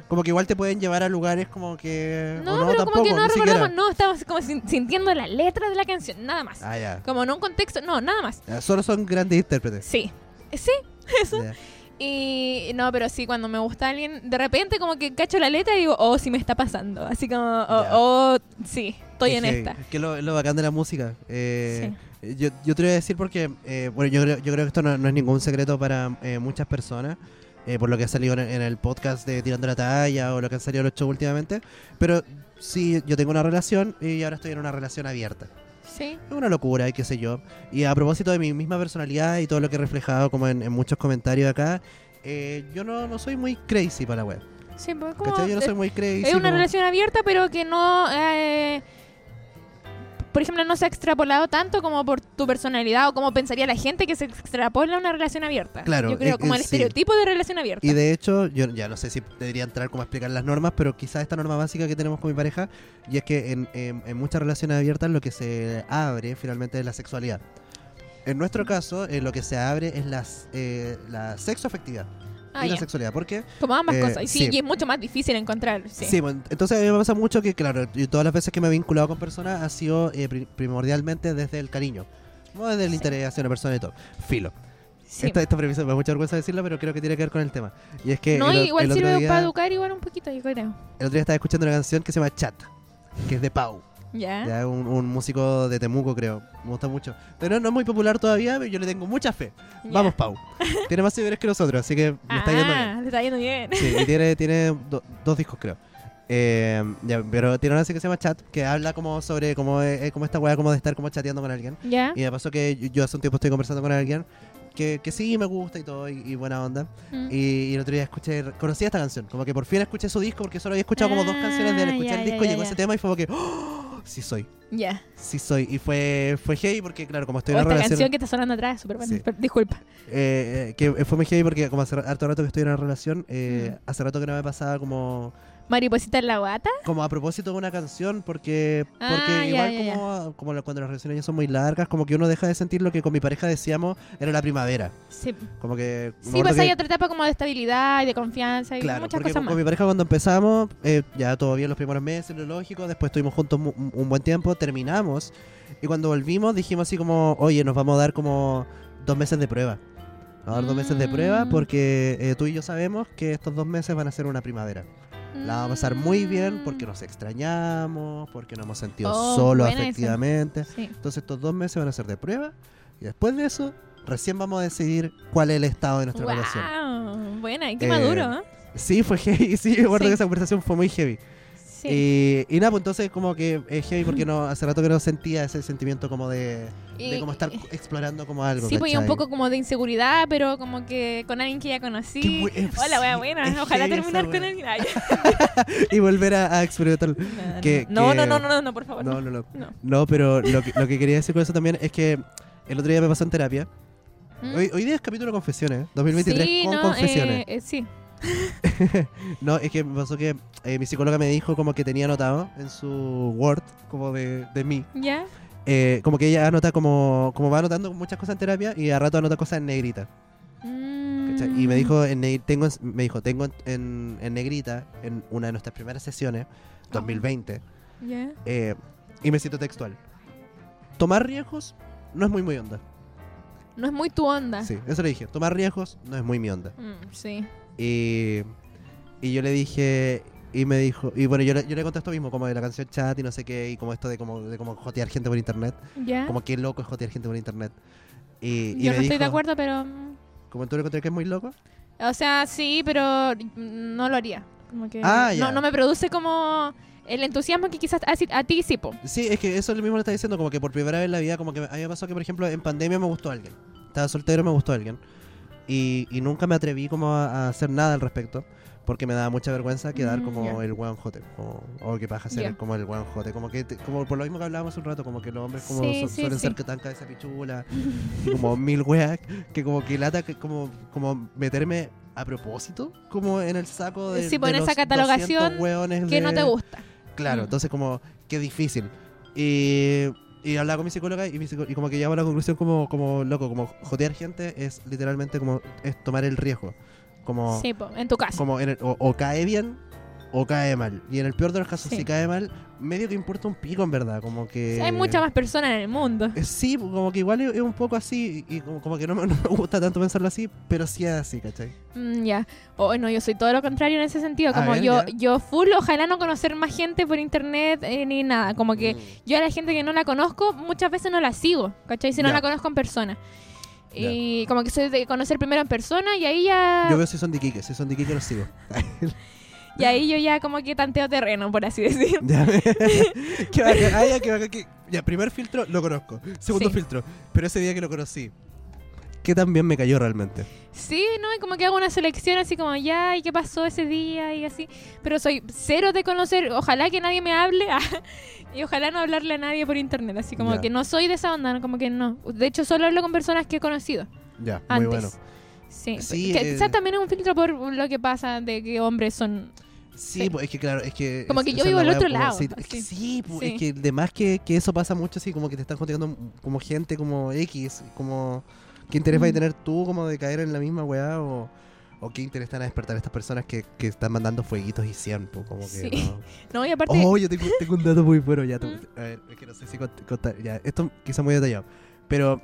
[SPEAKER 1] Como que igual te pueden llevar a lugares como que...
[SPEAKER 2] No,
[SPEAKER 1] o
[SPEAKER 2] pero
[SPEAKER 1] tampoco,
[SPEAKER 2] como que no
[SPEAKER 1] ni siquiera.
[SPEAKER 2] recordamos, no, estamos como sin- sintiendo la letra de la canción, nada más.
[SPEAKER 1] Ah, ya.
[SPEAKER 2] Como no un contexto, no, nada más.
[SPEAKER 1] Ya, Solo son grandes intérpretes.
[SPEAKER 2] Sí, sí, eso.
[SPEAKER 1] Ya.
[SPEAKER 2] Y no, pero sí, cuando me gusta alguien, de repente como que cacho la letra y digo, oh, sí me está pasando. Así como, oh,
[SPEAKER 1] Ya.
[SPEAKER 2] oh, sí, estoy en
[SPEAKER 1] Es que-
[SPEAKER 2] esta.
[SPEAKER 1] es Que lo, lo bacán de la música. Eh, yo, yo te voy a decir porque, eh, bueno, yo creo, yo creo que esto no, no es ningún secreto para eh, muchas personas, eh, por lo que ha salido en, en el podcast de Tirando la Talla o lo que han salido los shows últimamente, pero sí, yo tengo una relación y ahora estoy en una relación abierta.
[SPEAKER 2] Sí,
[SPEAKER 1] Es una locura y qué sé yo. Y a propósito de mi misma personalidad y todo lo que he reflejado como en, en muchos comentarios acá, eh, yo no, no soy muy crazy para la web.
[SPEAKER 2] sí, pues como...
[SPEAKER 1] ¿Cachai? Yo no soy
[SPEAKER 2] eh,
[SPEAKER 1] muy crazy.
[SPEAKER 2] es una
[SPEAKER 1] como-
[SPEAKER 2] relación abierta, pero que no... eh, por ejemplo, no se ha extrapolado tanto como por tu personalidad o como pensaría la gente que se extrapola una relación abierta.
[SPEAKER 1] Claro,
[SPEAKER 2] Yo creo
[SPEAKER 1] eh,
[SPEAKER 2] como
[SPEAKER 1] eh,
[SPEAKER 2] el
[SPEAKER 1] sí.
[SPEAKER 2] estereotipo de relación abierta.
[SPEAKER 1] Y de hecho, yo ya no sé si debería entrar como a explicar las normas, pero quizás esta norma básica que tenemos con mi pareja, y es que en, en- en muchas relaciones abiertas lo que se abre finalmente es la sexualidad. En
[SPEAKER 2] Mm.
[SPEAKER 1] nuestro caso, eh, lo que se abre es las, eh, la sexoafectividad
[SPEAKER 2] Ah,
[SPEAKER 1] y la
[SPEAKER 2] ya.
[SPEAKER 1] sexualidad. ¿Por qué?
[SPEAKER 2] Como ambas
[SPEAKER 1] eh,
[SPEAKER 2] cosas. Y sí,
[SPEAKER 1] sí.
[SPEAKER 2] y es mucho más difícil encontrar. Sí.
[SPEAKER 1] Sí, bueno, entonces a mí me pasa mucho que, claro, yo todas las veces que me he vinculado con personas ha sido eh, pri- primordialmente desde el cariño, no desde el
[SPEAKER 2] Sí.
[SPEAKER 1] interés hacia una persona y todo. Filo.
[SPEAKER 2] Sí.
[SPEAKER 1] Esta, esta premisa me da mucha vergüenza decirla, pero creo que tiene que ver con el tema. Y es que.
[SPEAKER 2] no,
[SPEAKER 1] el o-
[SPEAKER 2] igual
[SPEAKER 1] el otro
[SPEAKER 2] sirve
[SPEAKER 1] día-
[SPEAKER 2] para educar igual un poquito, yo creo.
[SPEAKER 1] El otro día estaba escuchando una canción que se llama Chat, que es de Pau.
[SPEAKER 2] Ya.
[SPEAKER 1] Ya es un, un músico de Temuco, creo. Me gusta mucho. Pero no es muy popular todavía, pero yo le tengo mucha fe.
[SPEAKER 2] ya.
[SPEAKER 1] Vamos, Pau. tiene más seguidores que nosotros, así que me está yendo bien.
[SPEAKER 2] Ah, le está yendo bien.
[SPEAKER 1] Sí, y tiene, tiene do- dos discos, creo. Eh, ya, pero tiene una canción que se llama Chat, que habla como sobre como, eh, como esta weá como de estar como chateando con alguien.
[SPEAKER 2] ¿Ya?
[SPEAKER 1] Y me pasó que yo, yo hace un tiempo estoy conversando con alguien que, que sí me gusta y todo, y, y buena onda.
[SPEAKER 2] Mm.
[SPEAKER 1] Y, y el otro día escuché, conocí esta canción, como que por fin escuché su disco porque solo había escuchado como dos
[SPEAKER 2] Ah,
[SPEAKER 1] canciones de él. Escuché
[SPEAKER 2] ya,
[SPEAKER 1] el
[SPEAKER 2] ya,
[SPEAKER 1] disco,
[SPEAKER 2] ya,
[SPEAKER 1] llegó
[SPEAKER 2] ya.
[SPEAKER 1] ese tema y fue como que, "Oh, sí soy,
[SPEAKER 2] Ya.
[SPEAKER 1] sí soy. Y fue, fue heavy porque, claro, como
[SPEAKER 2] O
[SPEAKER 1] estoy en
[SPEAKER 2] esta
[SPEAKER 1] una
[SPEAKER 2] canción
[SPEAKER 1] relación.
[SPEAKER 2] que está sonando atrás, súper buena.
[SPEAKER 1] Sí.
[SPEAKER 2] Pero- Disculpa.
[SPEAKER 1] eh, eh, que fue muy heavy porque, como hace harto rato que estoy en una relación,
[SPEAKER 2] Mm.
[SPEAKER 1] eh, hace rato que no me pasaba como,
[SPEAKER 2] ¿Mariposita en la guata?
[SPEAKER 1] como a propósito de una canción porque, porque
[SPEAKER 2] Ah, ya,
[SPEAKER 1] igual
[SPEAKER 2] ya, ya.
[SPEAKER 1] como, como la- cuando las relaciones ya son muy largas, como que uno deja de sentir lo que con mi pareja decíamos era la primavera.
[SPEAKER 2] Sí.
[SPEAKER 1] Como que. me
[SPEAKER 2] Sí,
[SPEAKER 1] acuerdo
[SPEAKER 2] pasa
[SPEAKER 1] que-
[SPEAKER 2] ahí otra etapa como de estabilidad y de confianza y
[SPEAKER 1] Claro,
[SPEAKER 2] muchas
[SPEAKER 1] porque
[SPEAKER 2] cosas
[SPEAKER 1] con,
[SPEAKER 2] más.
[SPEAKER 1] con mi pareja cuando empezamos, eh, ya todo bien los primeros meses, lo lógico, después estuvimos juntos mu- un, un buen tiempo, terminamos, y cuando volvimos dijimos así como, oye, nos vamos a dar como dos meses de prueba. Vamos a dar dos meses de prueba
[SPEAKER 2] Mm.
[SPEAKER 1] porque eh, tú y yo sabemos que estos dos meses van a ser una primavera. La vamos a pasar muy bien
[SPEAKER 2] Mm.
[SPEAKER 1] porque nos extrañamos, porque nos hemos sentido
[SPEAKER 2] Oh,
[SPEAKER 1] solos
[SPEAKER 2] buena esa.
[SPEAKER 1] afectivamente.
[SPEAKER 2] Sí.
[SPEAKER 1] Entonces estos dos meses van a ser de prueba, y después de eso, recién vamos a decidir cuál es el estado de nuestra relación.
[SPEAKER 2] Wow. Buena, y qué
[SPEAKER 1] Eh,
[SPEAKER 2] maduro, ¿eh?
[SPEAKER 1] Sí, fue heavy. Sí, me acuerdo
[SPEAKER 2] Sí.
[SPEAKER 1] que esa conversación fue muy heavy. Eh, y nada, pues entonces como que es heavy porque no, hace rato que no sentía ese sentimiento como de, de
[SPEAKER 2] Y-
[SPEAKER 1] como estar explorando como algo.
[SPEAKER 2] Sí, pues y un
[SPEAKER 1] ¿cachai?
[SPEAKER 2] poco como de inseguridad, pero como que con alguien que ya conocí.
[SPEAKER 1] Qué bu- eh,
[SPEAKER 2] Hola, wea,
[SPEAKER 1] sí, es
[SPEAKER 2] buena. Ojalá
[SPEAKER 1] heavy esa
[SPEAKER 2] terminar con
[SPEAKER 1] wea.
[SPEAKER 2] alguien. Ay,
[SPEAKER 1] y volver a, a experimentarlo.
[SPEAKER 2] no,
[SPEAKER 1] Que-
[SPEAKER 2] no,
[SPEAKER 1] que-
[SPEAKER 2] no, no, no, no, no, por favor.
[SPEAKER 1] No, no,
[SPEAKER 2] No,
[SPEAKER 1] no.
[SPEAKER 2] no.
[SPEAKER 1] No, pero lo que, lo que quería decir con eso también es que el otro día me pasó en terapia.
[SPEAKER 2] ¿Mm?
[SPEAKER 1] Hoy, hoy día es capítulo confesiones, 2023
[SPEAKER 2] sí,
[SPEAKER 1] con
[SPEAKER 2] no,
[SPEAKER 1] confesiones.
[SPEAKER 2] eh, eh, sí.
[SPEAKER 1] No, es que me pasó que eh, mi psicóloga me dijo como que tenía anotado en su Word, como de, de mí,
[SPEAKER 2] ¿Ya?
[SPEAKER 1] eh, como que ella anota como, como va anotando muchas cosas en terapia y a rato anota cosas en negrita. ¿cachai?
[SPEAKER 2] Mm.
[SPEAKER 1] Y me dijo, en, neg- tengo, en- me dijo, tengo en, en negrita, en una de nuestras primeras sesiones,
[SPEAKER 2] Ah.
[SPEAKER 1] 2020,
[SPEAKER 2] ¿Ya?
[SPEAKER 1] eh, y me cito textual. Tomar riesgos no es muy muy onda.
[SPEAKER 2] No es muy tu onda.
[SPEAKER 1] Sí, eso le dije. Tomar riesgos no es muy mi onda.
[SPEAKER 2] Mm, sí.
[SPEAKER 1] Y, y yo le dije, y me dijo, y bueno, yo le, yo le conté esto mismo, como de la canción chat y no sé qué, y como esto de como, de como jotear gente por internet,
[SPEAKER 2] ¿Ya?
[SPEAKER 1] como que loco es jotear gente por internet. Y, y me
[SPEAKER 2] Ah. Yo no estoy
[SPEAKER 1] dijo,
[SPEAKER 2] de acuerdo, pero. mm,
[SPEAKER 1] Como tú le conté que es muy loco.
[SPEAKER 2] O sea, sí, pero mm, no lo haría. Como que
[SPEAKER 1] Ah, ya.
[SPEAKER 2] no, no me produce como el entusiasmo que quizás a, a ti sí, po.
[SPEAKER 1] Sí, es que eso es lo mismo que está diciendo, como que por primera vez en la vida, como que a mí me pasó que, por ejemplo, en pandemia me gustó alguien. Estaba soltero, me gustó alguien. Y, y nunca me atreví como a, a hacer nada al respecto, porque me daba mucha vergüenza quedar
[SPEAKER 2] Mm,
[SPEAKER 1] como
[SPEAKER 2] ya.
[SPEAKER 1] el weón jote. como- O que pasa ser
[SPEAKER 2] Ya.
[SPEAKER 1] como el weón jote. Como que te- como por lo mismo que hablábamos hace un rato, como que los hombres como
[SPEAKER 2] Sí,
[SPEAKER 1] su-
[SPEAKER 2] sí,
[SPEAKER 1] suelen
[SPEAKER 2] sí.
[SPEAKER 1] ser que tan cabeza pichula, y como mil weas, que como que lata, que como, como meterme a propósito, como en el saco de,
[SPEAKER 2] Sí, pues,
[SPEAKER 1] de
[SPEAKER 2] en esa
[SPEAKER 1] los
[SPEAKER 2] catalogación
[SPEAKER 1] 200 weones
[SPEAKER 2] Que no te
[SPEAKER 1] de-
[SPEAKER 2] gusta.
[SPEAKER 1] Claro,
[SPEAKER 2] Mm.
[SPEAKER 1] entonces como, qué difícil. Y, y hablaba con mi psicóloga y, mi psico- y como que llegaba a la conclusión como, como loco, como jotear gente es literalmente como es tomar el riesgo. Como,
[SPEAKER 2] Sí, po, en tu caso.
[SPEAKER 1] como en el- o, o cae bien o cae mal. Y en el peor de los casos,
[SPEAKER 2] Sí.
[SPEAKER 1] si cae mal, medio que importa un pico en verdad. Como que...
[SPEAKER 2] Sí, Hay muchas más personas en el mundo.
[SPEAKER 1] Eh, Sí, como que igual es es un poco así, y como, como que no me, no me gusta tanto pensarlo así, pero sí es así, ¿cachai?
[SPEAKER 2] Mm, ya. Oh, no, yo soy todo lo contrario en ese sentido.
[SPEAKER 1] A
[SPEAKER 2] Como
[SPEAKER 1] ver,
[SPEAKER 2] yo,
[SPEAKER 1] Ah, ya.
[SPEAKER 2] yo full, ojalá no conocer más gente por internet eh, ni nada. Como
[SPEAKER 1] Mm.
[SPEAKER 2] que yo a la gente que no la conozco muchas veces no la sigo, ¿cachai? Si no
[SPEAKER 1] Ya.
[SPEAKER 2] la conozco en persona. Y como que soy de conocer primero en persona y ahí ya...
[SPEAKER 1] Yo veo si son de Iquique, si son de Iquique los sigo.
[SPEAKER 2] Y ahí yo ya como que tanteo terreno, por así decir.
[SPEAKER 1] Ya. Qué bacán. Ah, ya, qué bacán que- ya, primer filtro lo conozco. Segundo
[SPEAKER 2] Sí.
[SPEAKER 1] filtro, pero ese día que lo conocí, que también me cayó realmente.
[SPEAKER 2] Sí, ¿no? Y como que hago una selección así como, ya, ¿y qué pasó ese día? Y así. Pero soy cero de conocer. Ojalá que nadie me hable. y ojalá no hablarle a nadie por internet. Así como
[SPEAKER 1] Ya.
[SPEAKER 2] que no soy de esa onda, ¿no? como que no. De hecho, solo hablo con personas que he conocido
[SPEAKER 1] Ya,
[SPEAKER 2] antes.
[SPEAKER 1] muy bueno.
[SPEAKER 2] Sí.
[SPEAKER 1] Sí,
[SPEAKER 2] que
[SPEAKER 1] eh,
[SPEAKER 2] quizás también es un filtro por lo que pasa de que hombres son...
[SPEAKER 1] Sí,
[SPEAKER 2] Sí.
[SPEAKER 1] pues es que claro, es que.
[SPEAKER 2] Como
[SPEAKER 1] es-
[SPEAKER 2] que yo
[SPEAKER 1] esa es
[SPEAKER 2] vivo
[SPEAKER 1] la
[SPEAKER 2] al
[SPEAKER 1] wea,
[SPEAKER 2] otro
[SPEAKER 1] como
[SPEAKER 2] lado,
[SPEAKER 1] si- es que
[SPEAKER 2] así.
[SPEAKER 1] sí, pues,
[SPEAKER 2] Sí.
[SPEAKER 1] es que además que, que eso pasa mucho así, como que te están contando como gente como X, como. ¿Qué interés va a
[SPEAKER 2] Mm.
[SPEAKER 1] tener tú como de caer en la misma weá o.? o qué interés están a despertar estas personas que, que están mandando fueguitos y siempre como que
[SPEAKER 2] Sí.
[SPEAKER 1] no.
[SPEAKER 2] No, y aparte...
[SPEAKER 1] Oh, yo tengo, tengo un dato muy bueno. Ya, te-
[SPEAKER 2] Mm.
[SPEAKER 1] a ver, es que no sé si cont- contar. Ya, esto quizá muy detallado. Pero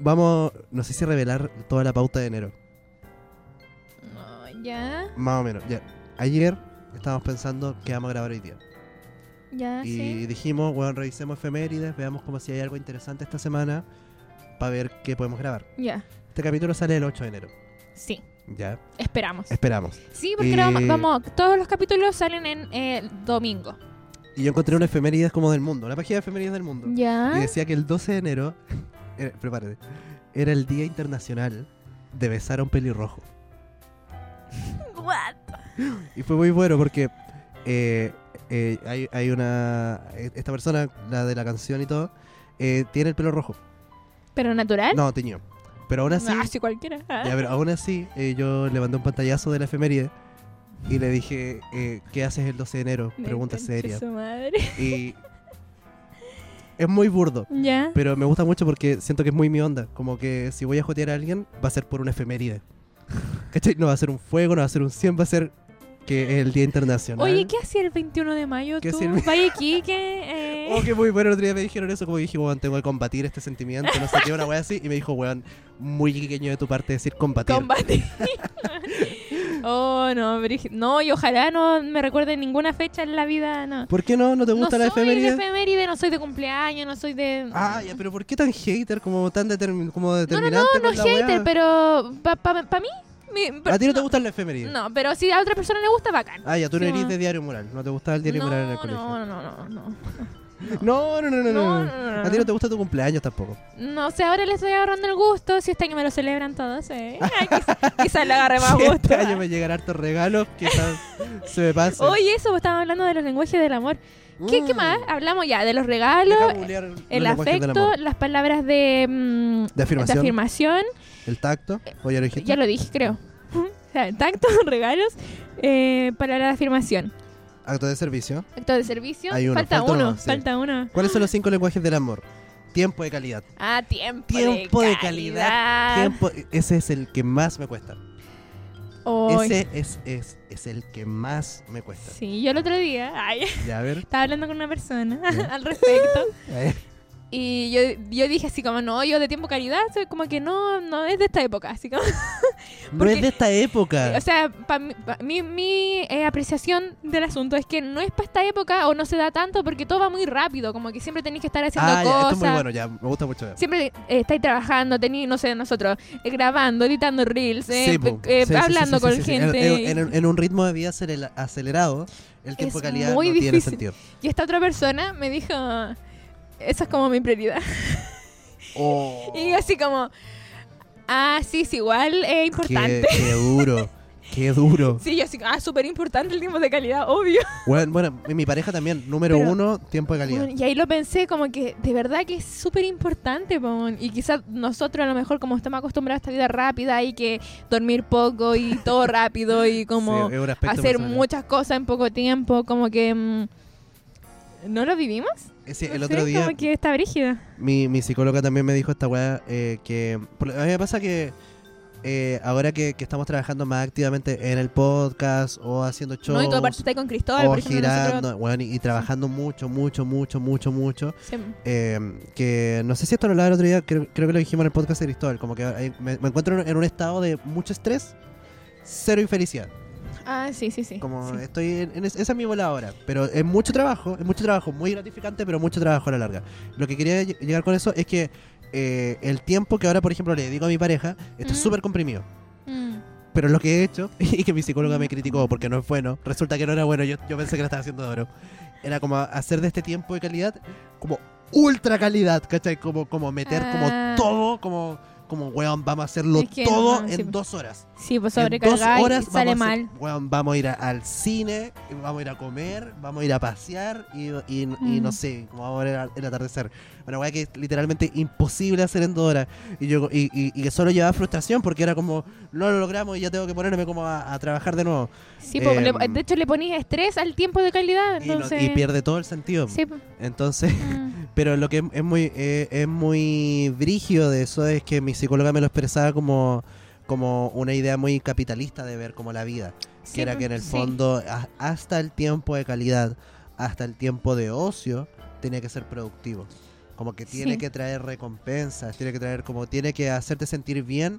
[SPEAKER 1] vamos, no sé si revelar toda la pauta de enero.
[SPEAKER 2] No, oh, ya,
[SPEAKER 1] Más o menos. Ya. Ayer estábamos pensando que vamos a grabar hoy día.
[SPEAKER 2] ya,
[SPEAKER 1] y
[SPEAKER 2] Ah, sí.
[SPEAKER 1] dijimos, bueno, revisemos efemérides, veamos como si hay algo interesante esta semana para ver qué podemos grabar.
[SPEAKER 2] Ya,
[SPEAKER 1] Este capítulo sale el 8 de enero.
[SPEAKER 2] sí.
[SPEAKER 1] Ya,
[SPEAKER 2] Esperamos.
[SPEAKER 1] esperamos.
[SPEAKER 2] Sí, porque lo vamos,
[SPEAKER 1] Y-
[SPEAKER 2] vamos- todos los capítulos salen en eh, domingo.
[SPEAKER 1] Y yo encontré una efemérides como del mundo, una página de efemérides del mundo. Y
[SPEAKER 2] Ya.
[SPEAKER 1] decía que el 12 de enero, era, prepárate, era el Día Internacional de Besar a un Pelirrojo.
[SPEAKER 2] What?
[SPEAKER 1] Y fue muy bueno porque eh, eh, hay, hay una. eh, Esta persona, la de la canción y todo, eh, tiene el pelo rojo.
[SPEAKER 2] Pero natural.
[SPEAKER 1] No, teñido. Pero aún así,
[SPEAKER 2] ¿Eh? Ah, sí, cualquiera. Ah.
[SPEAKER 1] ya, pero aún así eh, yo le mandé un pantallazo de la efeméride y le dije: eh, ¿Qué haces el 12 de enero?
[SPEAKER 2] Me
[SPEAKER 1] Pregunta
[SPEAKER 2] Ah, concha
[SPEAKER 1] seria.
[SPEAKER 2] su madre.
[SPEAKER 1] Y. Es muy burdo.
[SPEAKER 2] Ya.
[SPEAKER 1] Pero me gusta mucho porque siento que es muy mi onda. Como que si voy a jotear a alguien, va a ser por una efeméride. ¿Cachai? No va a ser un fuego, no va a ser un 100, va a ser que es el Día Internacional.
[SPEAKER 2] Oye, ¿qué hacía el 21 de mayo
[SPEAKER 1] ¿Qué
[SPEAKER 2] tú?
[SPEAKER 1] sirve?
[SPEAKER 2] Valle Quique.
[SPEAKER 1] Oh, qué muy bueno. El otro día me dijeron eso, como que dije, weón, tengo que combatir este sentimiento, no sé qué, una wea así. Y me dijo, weón, muy pequeño de tu parte decir combatir.
[SPEAKER 2] Combate. oh, no, Brígido. No, y ojalá no me recuerde ninguna fecha en la vida. No.
[SPEAKER 1] ¿Por qué no? ¿No te gusta
[SPEAKER 2] no
[SPEAKER 1] la
[SPEAKER 2] soy de
[SPEAKER 1] efeméride?
[SPEAKER 2] efeméride, no soy de cumpleaños, no soy de.
[SPEAKER 1] Ah, ya, pero ¿por qué tan hater, como tan determin como
[SPEAKER 2] no, no,
[SPEAKER 1] determinante?
[SPEAKER 2] no, no
[SPEAKER 1] con la
[SPEAKER 2] hater,
[SPEAKER 1] wea?
[SPEAKER 2] pero para mí mi-
[SPEAKER 1] ¿A ti no te
[SPEAKER 2] no,
[SPEAKER 1] gustan las efemérides?
[SPEAKER 2] no, pero si a otra persona le gusta, bacán.
[SPEAKER 1] Ah, ya, tú no
[SPEAKER 2] Sí,
[SPEAKER 1] eres
[SPEAKER 2] bueno.
[SPEAKER 1] de diario mural. No te gustaba el diario
[SPEAKER 2] no,
[SPEAKER 1] mural en el colegio.
[SPEAKER 2] no, no, no, no, no.
[SPEAKER 1] No, no, no, no, no.
[SPEAKER 2] No, no, no,
[SPEAKER 1] A ti
[SPEAKER 2] no.
[SPEAKER 1] no te gusta tu cumpleaños tampoco.
[SPEAKER 2] No sé, ahora le estoy agarrando el gusto. Si este año me lo celebran todos, eh. quizás quizá le agarre más
[SPEAKER 1] Si
[SPEAKER 2] gusto.
[SPEAKER 1] Este año me llegan hartos regalos, quizás se me pase.
[SPEAKER 2] Oye, eso, estaba hablando de los lenguajes del amor. ¿Qué, ¿Qué
[SPEAKER 1] Mm.
[SPEAKER 2] más? Hablamos ya de los
[SPEAKER 1] Deja
[SPEAKER 2] regalos,
[SPEAKER 1] googlear
[SPEAKER 2] el
[SPEAKER 1] los lenguajes del
[SPEAKER 2] afecto,
[SPEAKER 1] amor.
[SPEAKER 2] las palabras de, mm,
[SPEAKER 1] De afirmación.
[SPEAKER 2] de afirmación.
[SPEAKER 1] El tacto. Oye, ya lo dijiste.
[SPEAKER 2] Ya lo dije, creo. O sea, tacto, regalos, eh, palabra de afirmación.
[SPEAKER 1] Acto de servicio.
[SPEAKER 2] Acto de servicio.
[SPEAKER 1] Hay uno,
[SPEAKER 2] falta,
[SPEAKER 1] falta
[SPEAKER 2] uno,
[SPEAKER 1] uno, sí.
[SPEAKER 2] falta uno.
[SPEAKER 1] ¿Cuáles son los cinco lenguajes del amor? Tiempo de calidad.
[SPEAKER 2] Ah, tiempo.
[SPEAKER 1] Tiempo
[SPEAKER 2] de,
[SPEAKER 1] de calidad. Tiempo, ese es el que más me cuesta.
[SPEAKER 2] Hoy.
[SPEAKER 1] Ese es, es, es el que más me cuesta.
[SPEAKER 2] Sí, yo el otro día ay,
[SPEAKER 1] Ya, a ver.
[SPEAKER 2] estaba hablando con una persona
[SPEAKER 1] Ya.
[SPEAKER 2] al respecto.
[SPEAKER 1] A ver.
[SPEAKER 2] Y yo, yo dije así como, no, yo de tiempo calidad, soy como que no, no es de esta época. Así como,
[SPEAKER 1] No
[SPEAKER 2] Porque-
[SPEAKER 1] es de esta época.
[SPEAKER 2] o sea, pa mi, pa- mi, mi, eh, apreciación del asunto es que no es para esta época o no se da tanto porque todo va muy rápido, como que siempre tenéis que estar haciendo
[SPEAKER 1] Ah, ya,
[SPEAKER 2] cosas.
[SPEAKER 1] esto es muy bueno, ya. Me gusta mucho.
[SPEAKER 2] Siempre eh, estáis trabajando, tenéis, no sé, nosotros, eh, grabando, editando reels, eh,
[SPEAKER 1] Sí,
[SPEAKER 2] pe-
[SPEAKER 1] po.
[SPEAKER 2] eh,
[SPEAKER 1] Sí, sí, sí,
[SPEAKER 2] hablando
[SPEAKER 1] sí,
[SPEAKER 2] con
[SPEAKER 1] sí, sí. En-
[SPEAKER 2] gente.
[SPEAKER 1] En, en- en un ritmo de vida acele- acelerado, el tiempo
[SPEAKER 2] Es
[SPEAKER 1] de calidad
[SPEAKER 2] muy
[SPEAKER 1] no tiene
[SPEAKER 2] difícil.
[SPEAKER 1] sentido.
[SPEAKER 2] Y esta otra persona me dijo, esa es como mi prioridad.
[SPEAKER 1] Oh,
[SPEAKER 2] Y yo así como, ah, sí, es igual, es importante.
[SPEAKER 1] qué, qué duro, qué duro.
[SPEAKER 2] Sí, yo así, ah, súper importante el tiempo de calidad, obvio.
[SPEAKER 1] Bueno, bueno, mi- mi pareja también, número
[SPEAKER 2] Pero-
[SPEAKER 1] uno, tiempo de calidad.
[SPEAKER 2] y ahí lo pensé como que de verdad que es súper importante, po, y quizás nosotros a lo mejor como estamos acostumbrados a esta vida rápida y que dormir poco y todo rápido y como
[SPEAKER 1] Sí, es un aspecto
[SPEAKER 2] hacer
[SPEAKER 1] personal.
[SPEAKER 2] muchas cosas en poco tiempo, como que... mm, ¿No lo vivimos?
[SPEAKER 1] Eh, sí,
[SPEAKER 2] No
[SPEAKER 1] el
[SPEAKER 2] sé,
[SPEAKER 1] otro día
[SPEAKER 2] Como que está brígida.
[SPEAKER 1] mi, mi psicóloga también me dijo esta weá eh, que... por- A mí me pasa que eh, ahora que, que estamos trabajando más activamente en el podcast o haciendo shows...
[SPEAKER 2] No, y tú aparte estás con Cristóbal,
[SPEAKER 1] o
[SPEAKER 2] por ejemplo, nosotros-
[SPEAKER 1] girando, weón, y, y trabajando mucho, mucho, mucho, mucho, mucho.
[SPEAKER 2] Sí.
[SPEAKER 1] eh, que no sé si esto lo hablaba el otro día, creo, creo que lo dijimos en el podcast de Cristóbal, como que ahí me, me encuentro en un estado de mucho estrés, cero infelicidad.
[SPEAKER 2] Ah, sí, sí, sí.
[SPEAKER 1] Como eh,
[SPEAKER 2] sí.
[SPEAKER 1] estoy en, en es- esa es mi bola ahora, pero es mucho trabajo, es mucho trabajo, muy gratificante, pero mucho trabajo a la larga. Lo que quería lle- llegar con eso es que eh, el tiempo que ahora, por ejemplo, le dedico a mi pareja está
[SPEAKER 2] Mm.
[SPEAKER 1] súper comprimido.
[SPEAKER 2] Mm.
[SPEAKER 1] Pero lo que he hecho, y que mi psicóloga me criticó porque no es bueno, resulta que no era bueno, yo, yo pensé que lo estaba haciendo de oro, era como hacer de este tiempo de calidad como ultra calidad, ¿cachai? Como, como meter
[SPEAKER 2] Ah.
[SPEAKER 1] como todo, como, como, weón, vamos a hacerlo
[SPEAKER 2] Es que
[SPEAKER 1] todo
[SPEAKER 2] no,
[SPEAKER 1] en
[SPEAKER 2] sí.
[SPEAKER 1] dos horas.
[SPEAKER 2] Sí, pues
[SPEAKER 1] En dos
[SPEAKER 2] sobrecargada y
[SPEAKER 1] horas
[SPEAKER 2] sale
[SPEAKER 1] vamos a hacer-
[SPEAKER 2] mal.
[SPEAKER 1] weón, vamos a ir a- al cine, vamos a ir a comer, vamos a ir a pasear y, y- y
[SPEAKER 2] Mm.
[SPEAKER 1] no sé, como vamos a ver el- el atardecer. Una weá que es literalmente imposible hacer en dos horas. Y, yo, y, y- y que solo llevaba frustración porque era como, no lo logramos y ya tengo que ponerme como a, a trabajar de nuevo.
[SPEAKER 2] Sí, pues,
[SPEAKER 1] Em,
[SPEAKER 2] le- de hecho le ponías estrés al tiempo de calidad,
[SPEAKER 1] Y no-
[SPEAKER 2] entonces...
[SPEAKER 1] Y, pierde todo el sentido.
[SPEAKER 2] Ah, Sí, pues,
[SPEAKER 1] Entonces,
[SPEAKER 2] mm.
[SPEAKER 1] pero lo que es muy eh, es muy brígido de eso es que mi psicóloga me lo expresaba como como una idea muy capitalista de ver como la vida.
[SPEAKER 2] Sí,
[SPEAKER 1] que era
[SPEAKER 2] pues,
[SPEAKER 1] que en el
[SPEAKER 2] sí.
[SPEAKER 1] fondo a- hasta el tiempo de calidad, hasta el tiempo de ocio, tiene que ser productivo. Como que tiene
[SPEAKER 2] Sí.
[SPEAKER 1] que traer recompensas, tiene que traer como tiene que hacerte sentir bien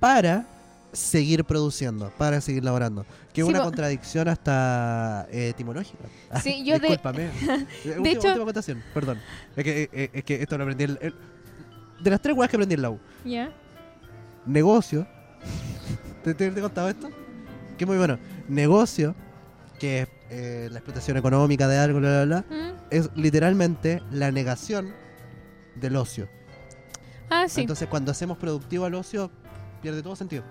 [SPEAKER 1] para seguir produciendo, para seguir laborando. Que es
[SPEAKER 2] Sí,
[SPEAKER 1] una
[SPEAKER 2] po-
[SPEAKER 1] contradicción hasta eh, etimológica.
[SPEAKER 2] Sí, yo de-
[SPEAKER 1] Discúlpame. de
[SPEAKER 2] hecho-
[SPEAKER 1] última acotación, perdón. Es que, eh, es que esto lo aprendí el- el- de las tres weas que aprendí en la U
[SPEAKER 2] Ya.
[SPEAKER 1] negocio. ¿Te, te, te he contado esto? Que es muy bueno. Negocio, que es eh, la explotación económica de algo, bla, bla, bla,
[SPEAKER 2] Mm.
[SPEAKER 1] es literalmente la negación del ocio.
[SPEAKER 2] Ah, sí.
[SPEAKER 1] Entonces, cuando hacemos productivo al ocio, pierde todo sentido.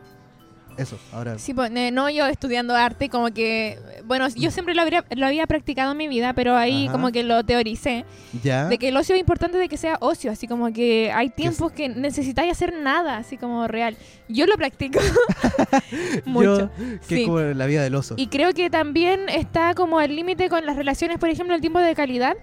[SPEAKER 1] Eso, ahora.
[SPEAKER 2] Sí, pues, ne- no, yo estudiando arte, como que, bueno, yo siempre lo, habría- lo había practicado en mi vida, pero ahí
[SPEAKER 1] Ajá. Ah.
[SPEAKER 2] como que lo teoricé,
[SPEAKER 1] Ya.
[SPEAKER 2] de que el ocio es importante de que sea ocio, así como que hay tiempos que necesitáis hacer nada, así como real. Yo lo practico mucho.
[SPEAKER 1] Yo, que
[SPEAKER 2] sí.
[SPEAKER 1] es como la vida del oso.
[SPEAKER 2] Y creo que también está como al límite con las relaciones, por ejemplo, el tiempo de calidad.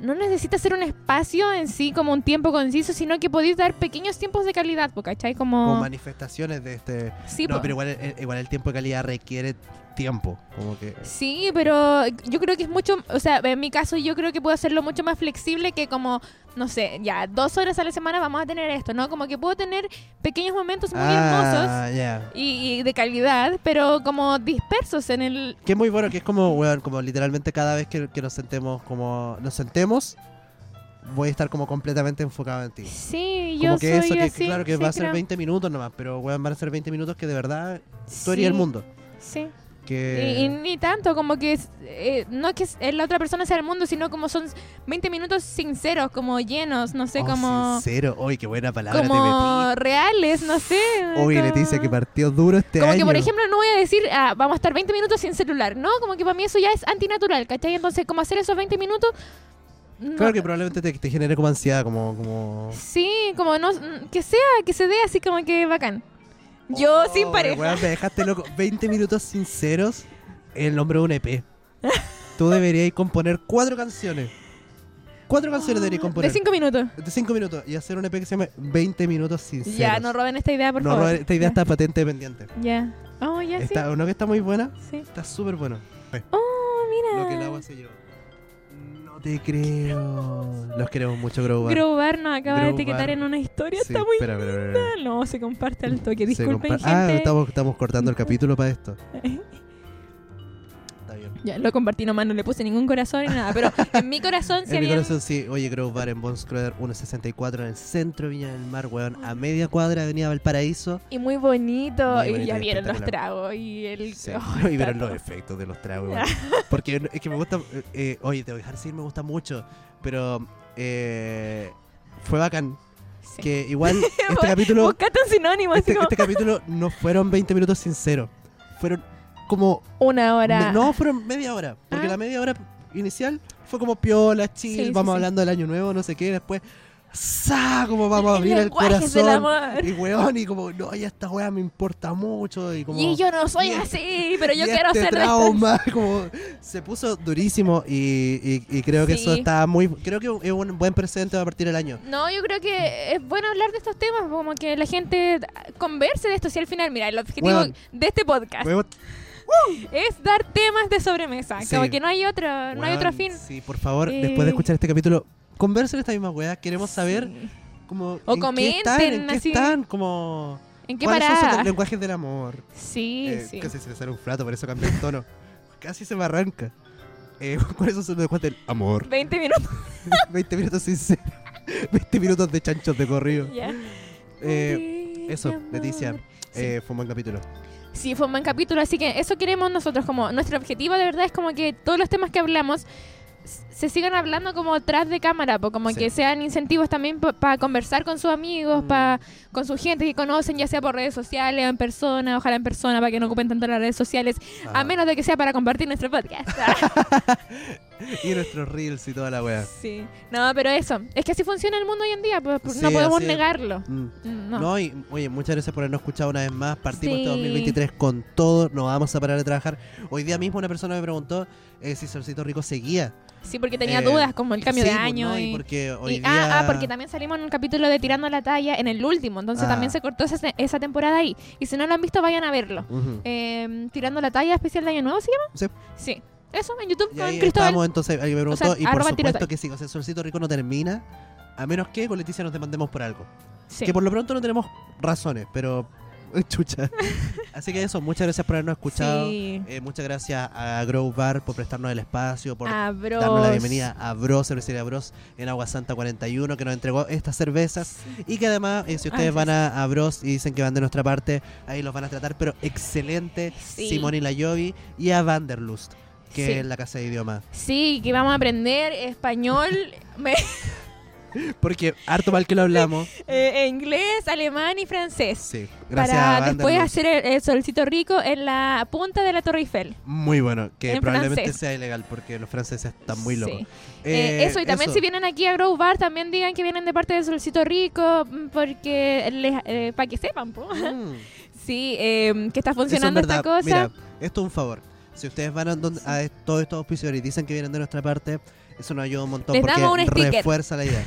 [SPEAKER 2] No necesita ser un espacio en sí, como un tiempo conciso, sino que podéis dar pequeños tiempos de calidad, po, ¿cachai?
[SPEAKER 1] Como
[SPEAKER 2] Como...
[SPEAKER 1] manifestaciones de este.
[SPEAKER 2] sí,
[SPEAKER 1] no,
[SPEAKER 2] po.
[SPEAKER 1] pero igual, eh, igual el tiempo de calidad requiere tiempo. Como que.
[SPEAKER 2] Sí, pero yo creo que es mucho, o sea, en mi caso yo creo que puedo hacerlo mucho más flexible que como, no sé, ya dos horas a la semana vamos a tener esto, ¿no? Como que puedo tener pequeños momentos muy hermosos
[SPEAKER 1] ah, ya.
[SPEAKER 2] y, y de calidad, pero como dispersos en el...
[SPEAKER 1] Que es muy bueno, que es como, weón, como literalmente cada vez que, que nos sentemos, como nos sentemos, voy a estar como completamente enfocado en ti.
[SPEAKER 2] Sí,
[SPEAKER 1] Como
[SPEAKER 2] yo
[SPEAKER 1] que
[SPEAKER 2] soy
[SPEAKER 1] eso, que
[SPEAKER 2] así.
[SPEAKER 1] claro, que
[SPEAKER 2] sí,
[SPEAKER 1] va a ser
[SPEAKER 2] creo.
[SPEAKER 1] 20 minutos nomás, pero weón, van a ser 20 minutos que de verdad tú
[SPEAKER 2] Sí,
[SPEAKER 1] harías el mundo.
[SPEAKER 2] Sí. Y, y
[SPEAKER 1] Que
[SPEAKER 2] ni tanto, como que es, eh, no que es- eh, la otra persona sea el mundo, sino como son 20 minutos sinceros, como llenos, no sé,
[SPEAKER 1] Oh,
[SPEAKER 2] como,
[SPEAKER 1] sincero, uy, qué buena palabra te
[SPEAKER 2] como
[SPEAKER 1] metí.
[SPEAKER 2] reales, no sé.
[SPEAKER 1] Oye,
[SPEAKER 2] como-
[SPEAKER 1] Leticia, que partió duro este
[SPEAKER 2] Como
[SPEAKER 1] año.
[SPEAKER 2] que, por ejemplo, no voy a decir, ah, vamos a estar 20 minutos sin celular, ¿no? Como que para mí eso ya es antinatural, ¿cachai? Entonces, como hacer esos 20 minutos... no-
[SPEAKER 1] Claro que probablemente te, te genere como ansiedad, como, como...
[SPEAKER 2] Sí, como no... Que sea, que se dé así como que bacán. Yo
[SPEAKER 1] Oh,
[SPEAKER 2] sin pareja.
[SPEAKER 1] weón, me dejaste loco. 20 minutos sinceros en el nombre de un EP. Tú deberías componer cuatro canciones. Cuatro canciones deberías
[SPEAKER 2] Ah, de
[SPEAKER 1] componer.
[SPEAKER 2] 5 minutos.
[SPEAKER 1] De cinco minutos. Y hacer un EP que se llame 20 minutos sinceros.
[SPEAKER 2] Ya, no roben esta idea, por
[SPEAKER 1] No,
[SPEAKER 2] favor.
[SPEAKER 1] Robert, esta idea está patente pendiente.
[SPEAKER 2] Ya. Oh, ya
[SPEAKER 1] Está, ¿No que está muy buena?
[SPEAKER 2] sí. sí.
[SPEAKER 1] Está súper bueno.
[SPEAKER 2] Oh, mira.
[SPEAKER 1] Lo que el agua se llevó. No te creo. Los queremos mucho, Grover.
[SPEAKER 2] Grobar nos acaba de
[SPEAKER 1] Grobar.
[SPEAKER 2] etiquetar en una historia.
[SPEAKER 1] Sí,
[SPEAKER 2] está muy
[SPEAKER 1] espera, espera, espera.
[SPEAKER 2] linda. No, se comparte al toque.
[SPEAKER 1] Se
[SPEAKER 2] Disculpen,
[SPEAKER 1] compa- Ah,
[SPEAKER 2] gente.
[SPEAKER 1] estamos, estamos cortando el capítulo para esto. Está bien.
[SPEAKER 2] ya, lo compartí nomás, no le puse ningún corazón ni nada. Pero en mi corazón, si
[SPEAKER 1] En mi
[SPEAKER 2] alguien-
[SPEAKER 1] corazón sí, oye, Grove Bar en Bones Cruder 164 en el centro de Viña del Mar, weón, a media cuadra de Avenida Valparaíso.
[SPEAKER 2] Y muy bonito.
[SPEAKER 1] Muy
[SPEAKER 2] y
[SPEAKER 1] bonito
[SPEAKER 2] ya
[SPEAKER 1] y
[SPEAKER 2] vieron los
[SPEAKER 1] espectacular.
[SPEAKER 2] tragos. Y el.
[SPEAKER 1] Sí,
[SPEAKER 2] Oh,
[SPEAKER 1] y
[SPEAKER 2] está
[SPEAKER 1] vieron los
[SPEAKER 2] todo.
[SPEAKER 1] efectos de los tragos, weón. Porque no- es que me gusta, eh, eh, oye, te voy a dejar decir, me gusta mucho, pero eh, fue bacán.
[SPEAKER 2] Sí.
[SPEAKER 1] Que igual este
[SPEAKER 2] Vos-
[SPEAKER 1] capítulo,
[SPEAKER 2] Buscate un sinónimo, así
[SPEAKER 1] este,
[SPEAKER 2] como
[SPEAKER 1] este capítulo no fueron 20 minutos sinceros, fueron como
[SPEAKER 2] una hora.
[SPEAKER 1] Me- no, fueron media hora. Porque
[SPEAKER 2] Ah.
[SPEAKER 1] la media hora inicial fue como piola, chill,
[SPEAKER 2] Sí, sí,
[SPEAKER 1] vamos
[SPEAKER 2] sí.
[SPEAKER 1] hablando del año nuevo, no sé qué. Después, ¡sa! Como vamos a abrir el
[SPEAKER 2] lenguajes del
[SPEAKER 1] corazón.
[SPEAKER 2] amor.
[SPEAKER 1] Y weón, y como, no, ya esta weá me importa mucho. Y como.
[SPEAKER 2] Y yo no soy
[SPEAKER 1] y-
[SPEAKER 2] así, pero yo
[SPEAKER 1] y
[SPEAKER 2] quiero
[SPEAKER 1] este
[SPEAKER 2] ser de estas-
[SPEAKER 1] trauma, como se puso durísimo y, y- y creo que eso
[SPEAKER 2] Sí.
[SPEAKER 1] está muy creo que es un buen presente a partir del año
[SPEAKER 2] No, yo creo que es bueno hablar de estos temas, como que la gente converse de esto. Si al final, mira, el objetivo
[SPEAKER 1] Weón.
[SPEAKER 2] de este podcast
[SPEAKER 1] Weón,
[SPEAKER 2] es dar temas de sobremesa.
[SPEAKER 1] Sí.
[SPEAKER 2] Como que no hay otro, no hay otro
[SPEAKER 1] weón,
[SPEAKER 2] fin.
[SPEAKER 1] sí por favor
[SPEAKER 2] Eh.
[SPEAKER 1] después de escuchar este capítulo conversen esta misma weá queremos saber
[SPEAKER 2] Sí.
[SPEAKER 1] como
[SPEAKER 2] O
[SPEAKER 1] en qué están, en
[SPEAKER 2] comenten,
[SPEAKER 1] qué
[SPEAKER 2] así.
[SPEAKER 1] están como
[SPEAKER 2] ¿En qué
[SPEAKER 1] ¿Cuáles son sus
[SPEAKER 2] parada?
[SPEAKER 1] lenguajes del amor?
[SPEAKER 2] Sí,
[SPEAKER 1] Eh,
[SPEAKER 2] sí.
[SPEAKER 1] Casi se le sale un frato, por eso cambió el tono. casi se me arranca. Eh, ¿Cuáles son sus lenguajes del amor?
[SPEAKER 2] 20 minutos
[SPEAKER 1] 20 minutos sinceros. 20 minutos de chanchos de corrido.
[SPEAKER 2] ya.
[SPEAKER 1] Eh,
[SPEAKER 2] Sí,
[SPEAKER 1] eso,
[SPEAKER 2] mi amor.
[SPEAKER 1] Leticia.
[SPEAKER 2] Sí.
[SPEAKER 1] eh, fue un buen capítulo.
[SPEAKER 2] Sí, fue un buen capítulo, así que eso queremos nosotros. como Nuestro objetivo de verdad es como que todos los temas que hablamos s- se sigan hablando como tras de cámara, po, como
[SPEAKER 1] Sí.
[SPEAKER 2] que sean incentivos también para conversar con sus amigos, pa-
[SPEAKER 1] Mm.
[SPEAKER 2] con su gente que conocen, ya sea por redes sociales o en persona, ojalá en persona, para que no ocupen tanto las redes sociales,
[SPEAKER 1] Ah,
[SPEAKER 2] a menos de que sea para compartir nuestro podcast. Ah,
[SPEAKER 1] Y nuestros reels y toda la wea.
[SPEAKER 2] sí. No, pero eso, es que así funciona el mundo hoy en día, pues,
[SPEAKER 1] Sí,
[SPEAKER 2] no podemos
[SPEAKER 1] así es.
[SPEAKER 2] negarlo.
[SPEAKER 1] Mm.
[SPEAKER 2] Mm,
[SPEAKER 1] No.
[SPEAKER 2] No.
[SPEAKER 1] y oye, muchas gracias por habernos escuchado una vez más. Partimos este
[SPEAKER 2] Sí.
[SPEAKER 1] 2023 con todo, no vamos a parar de trabajar. Hoy día mismo una persona me preguntó eh, si Solcito Rico seguía.
[SPEAKER 2] Sí, porque tenía
[SPEAKER 1] Eh,
[SPEAKER 2] dudas como el cambio
[SPEAKER 1] Sí,
[SPEAKER 2] de
[SPEAKER 1] pues,
[SPEAKER 2] año.
[SPEAKER 1] ¿no?
[SPEAKER 2] y...
[SPEAKER 1] porque hoy
[SPEAKER 2] Y-
[SPEAKER 1] día...
[SPEAKER 2] ah, ah, porque también salimos en un capítulo de Tirando la Talla en el último, entonces
[SPEAKER 1] Ah.
[SPEAKER 2] también se cortó esa, esa temporada ahí. Y si no lo han visto, vayan a verlo.
[SPEAKER 1] Ujú.
[SPEAKER 2] Eh, Tirando la Talla especial de Año Nuevo, ¿se llama?
[SPEAKER 1] Sí.
[SPEAKER 2] Sí. Eso, en YouTube
[SPEAKER 1] Y
[SPEAKER 2] con
[SPEAKER 1] ahí
[SPEAKER 2] Cristóbal.
[SPEAKER 1] estamos, entonces alguien me
[SPEAKER 2] O
[SPEAKER 1] preguntó,
[SPEAKER 2] sea,
[SPEAKER 1] y por
[SPEAKER 2] arroba
[SPEAKER 1] supuesto
[SPEAKER 2] tirotay.
[SPEAKER 1] que sí, o sea, Solcito Rico no termina, a menos que con Leticia nos demandemos por algo.
[SPEAKER 2] Sí.
[SPEAKER 1] Que por lo pronto no tenemos razones, pero chucha. Así que eso, muchas gracias por habernos escuchado.
[SPEAKER 2] Sí.
[SPEAKER 1] Eh, muchas gracias a Grow Bar por prestarnos el espacio, por
[SPEAKER 2] Abros.
[SPEAKER 1] darnos la bienvenida a Bros, cervecería Bros en Agua Santa 41, que nos entregó estas cervezas. Y que además, eh, si ustedes
[SPEAKER 2] Ah,
[SPEAKER 1] van a, a Bros y dicen que van de nuestra parte, ahí los van a tratar, pero excelente.
[SPEAKER 2] Sí.
[SPEAKER 1] Simón y la Yogi y a Vanderlust, que
[SPEAKER 2] Sí.
[SPEAKER 1] es la casa de idiomas.
[SPEAKER 2] Sí, que vamos a aprender español, me-
[SPEAKER 1] Porque harto mal que lo hablamos.
[SPEAKER 2] eh, inglés, alemán y francés.
[SPEAKER 1] Sí, gracias a
[SPEAKER 2] para
[SPEAKER 1] Vanderlust.
[SPEAKER 2] después hacer el, el solcito rico en la punta de la Torre Eiffel.
[SPEAKER 1] Muy bueno, que
[SPEAKER 2] en
[SPEAKER 1] probablemente
[SPEAKER 2] francés.
[SPEAKER 1] sea ilegal porque los franceses están muy
[SPEAKER 2] Sí.
[SPEAKER 1] locos.
[SPEAKER 2] Eh,
[SPEAKER 1] Eh,
[SPEAKER 2] eso, y también
[SPEAKER 1] eso.
[SPEAKER 2] si vienen aquí a Grow Bar, también digan que vienen de parte de Solcito Rico, mm, porque les, para que sepan, po.
[SPEAKER 1] Mm,
[SPEAKER 2] sí, eh, que está
[SPEAKER 1] eso es
[SPEAKER 2] funcionando esta
[SPEAKER 1] verdad.
[SPEAKER 2] cosa.
[SPEAKER 1] Mira, esto es un favor. Si ustedes van a, donde- a est- todos estos auspiciadores y dicen que vienen de nuestra parte, eso nos ayuda un montón
[SPEAKER 2] Les
[SPEAKER 1] porque
[SPEAKER 2] damos un sticker.
[SPEAKER 1] refuerza la idea.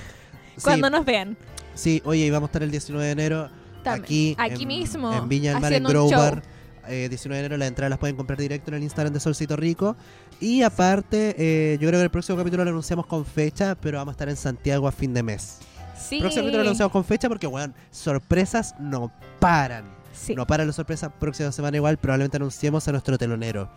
[SPEAKER 1] Sí,
[SPEAKER 2] cuando nos vean.
[SPEAKER 1] sí, oye, y vamos a estar el 19 de enero
[SPEAKER 2] También.
[SPEAKER 1] aquí,
[SPEAKER 2] Aquí
[SPEAKER 1] en-
[SPEAKER 2] mismo,
[SPEAKER 1] en Viña del Mar, en
[SPEAKER 2] haciendo
[SPEAKER 1] Grow
[SPEAKER 2] un show.
[SPEAKER 1] Bar. Eh, 19 de enero las entradas las pueden comprar directo en el Instagram de Solcito Rico. Y aparte, eh, yo creo que el próximo capítulo lo anunciamos con fecha, pero vamos a estar en Santiago a fin de mes.
[SPEAKER 2] Sí.
[SPEAKER 1] Próximo capítulo lo anunciamos con fecha porque, weón, sorpresas no paran.
[SPEAKER 2] Sí.
[SPEAKER 1] No paran las sorpresas. Próxima semana igual probablemente anunciemos a nuestro telonero,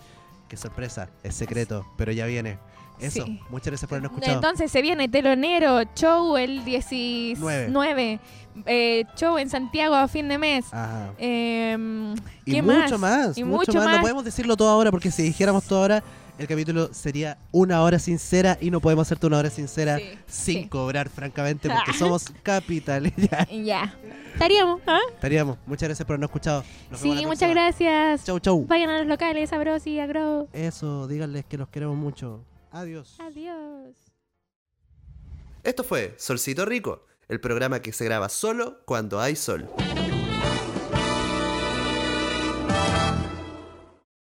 [SPEAKER 1] que Qué sorpresa, es secreto, pero ya viene. Eso,
[SPEAKER 2] Sí.
[SPEAKER 1] muchas gracias por habernos escuchado.
[SPEAKER 2] Entonces se viene Telonero, show el 19, eh, show en Santiago a fin de mes.
[SPEAKER 1] Ajá.
[SPEAKER 2] Em,
[SPEAKER 1] Y
[SPEAKER 2] ¿qué
[SPEAKER 1] mucho más,
[SPEAKER 2] Y
[SPEAKER 1] mucho,
[SPEAKER 2] mucho
[SPEAKER 1] más.
[SPEAKER 2] más.
[SPEAKER 1] No podemos decirlo todo ahora porque si dijéramos todo ahora, el capítulo sería una hora sincera y no podemos hacerte una hora sincera
[SPEAKER 2] Sí,
[SPEAKER 1] sin
[SPEAKER 2] sí.
[SPEAKER 1] cobrar, francamente, porque somos capitales. Ya,
[SPEAKER 2] Ya. Estaríamos, ¿ah?
[SPEAKER 1] Estaríamos. Muchas gracias por habernos escuchado. Nos vemos
[SPEAKER 2] Sí,
[SPEAKER 1] la
[SPEAKER 2] muchas
[SPEAKER 1] próxima.
[SPEAKER 2] gracias.
[SPEAKER 1] Chau, chau.
[SPEAKER 2] Vayan a los locales, a Bros y a Grow.
[SPEAKER 1] Eso, díganles que los queremos mucho. Adiós.
[SPEAKER 2] Adiós.
[SPEAKER 6] Esto fue Solcito Rico, el programa que se graba solo cuando hay sol.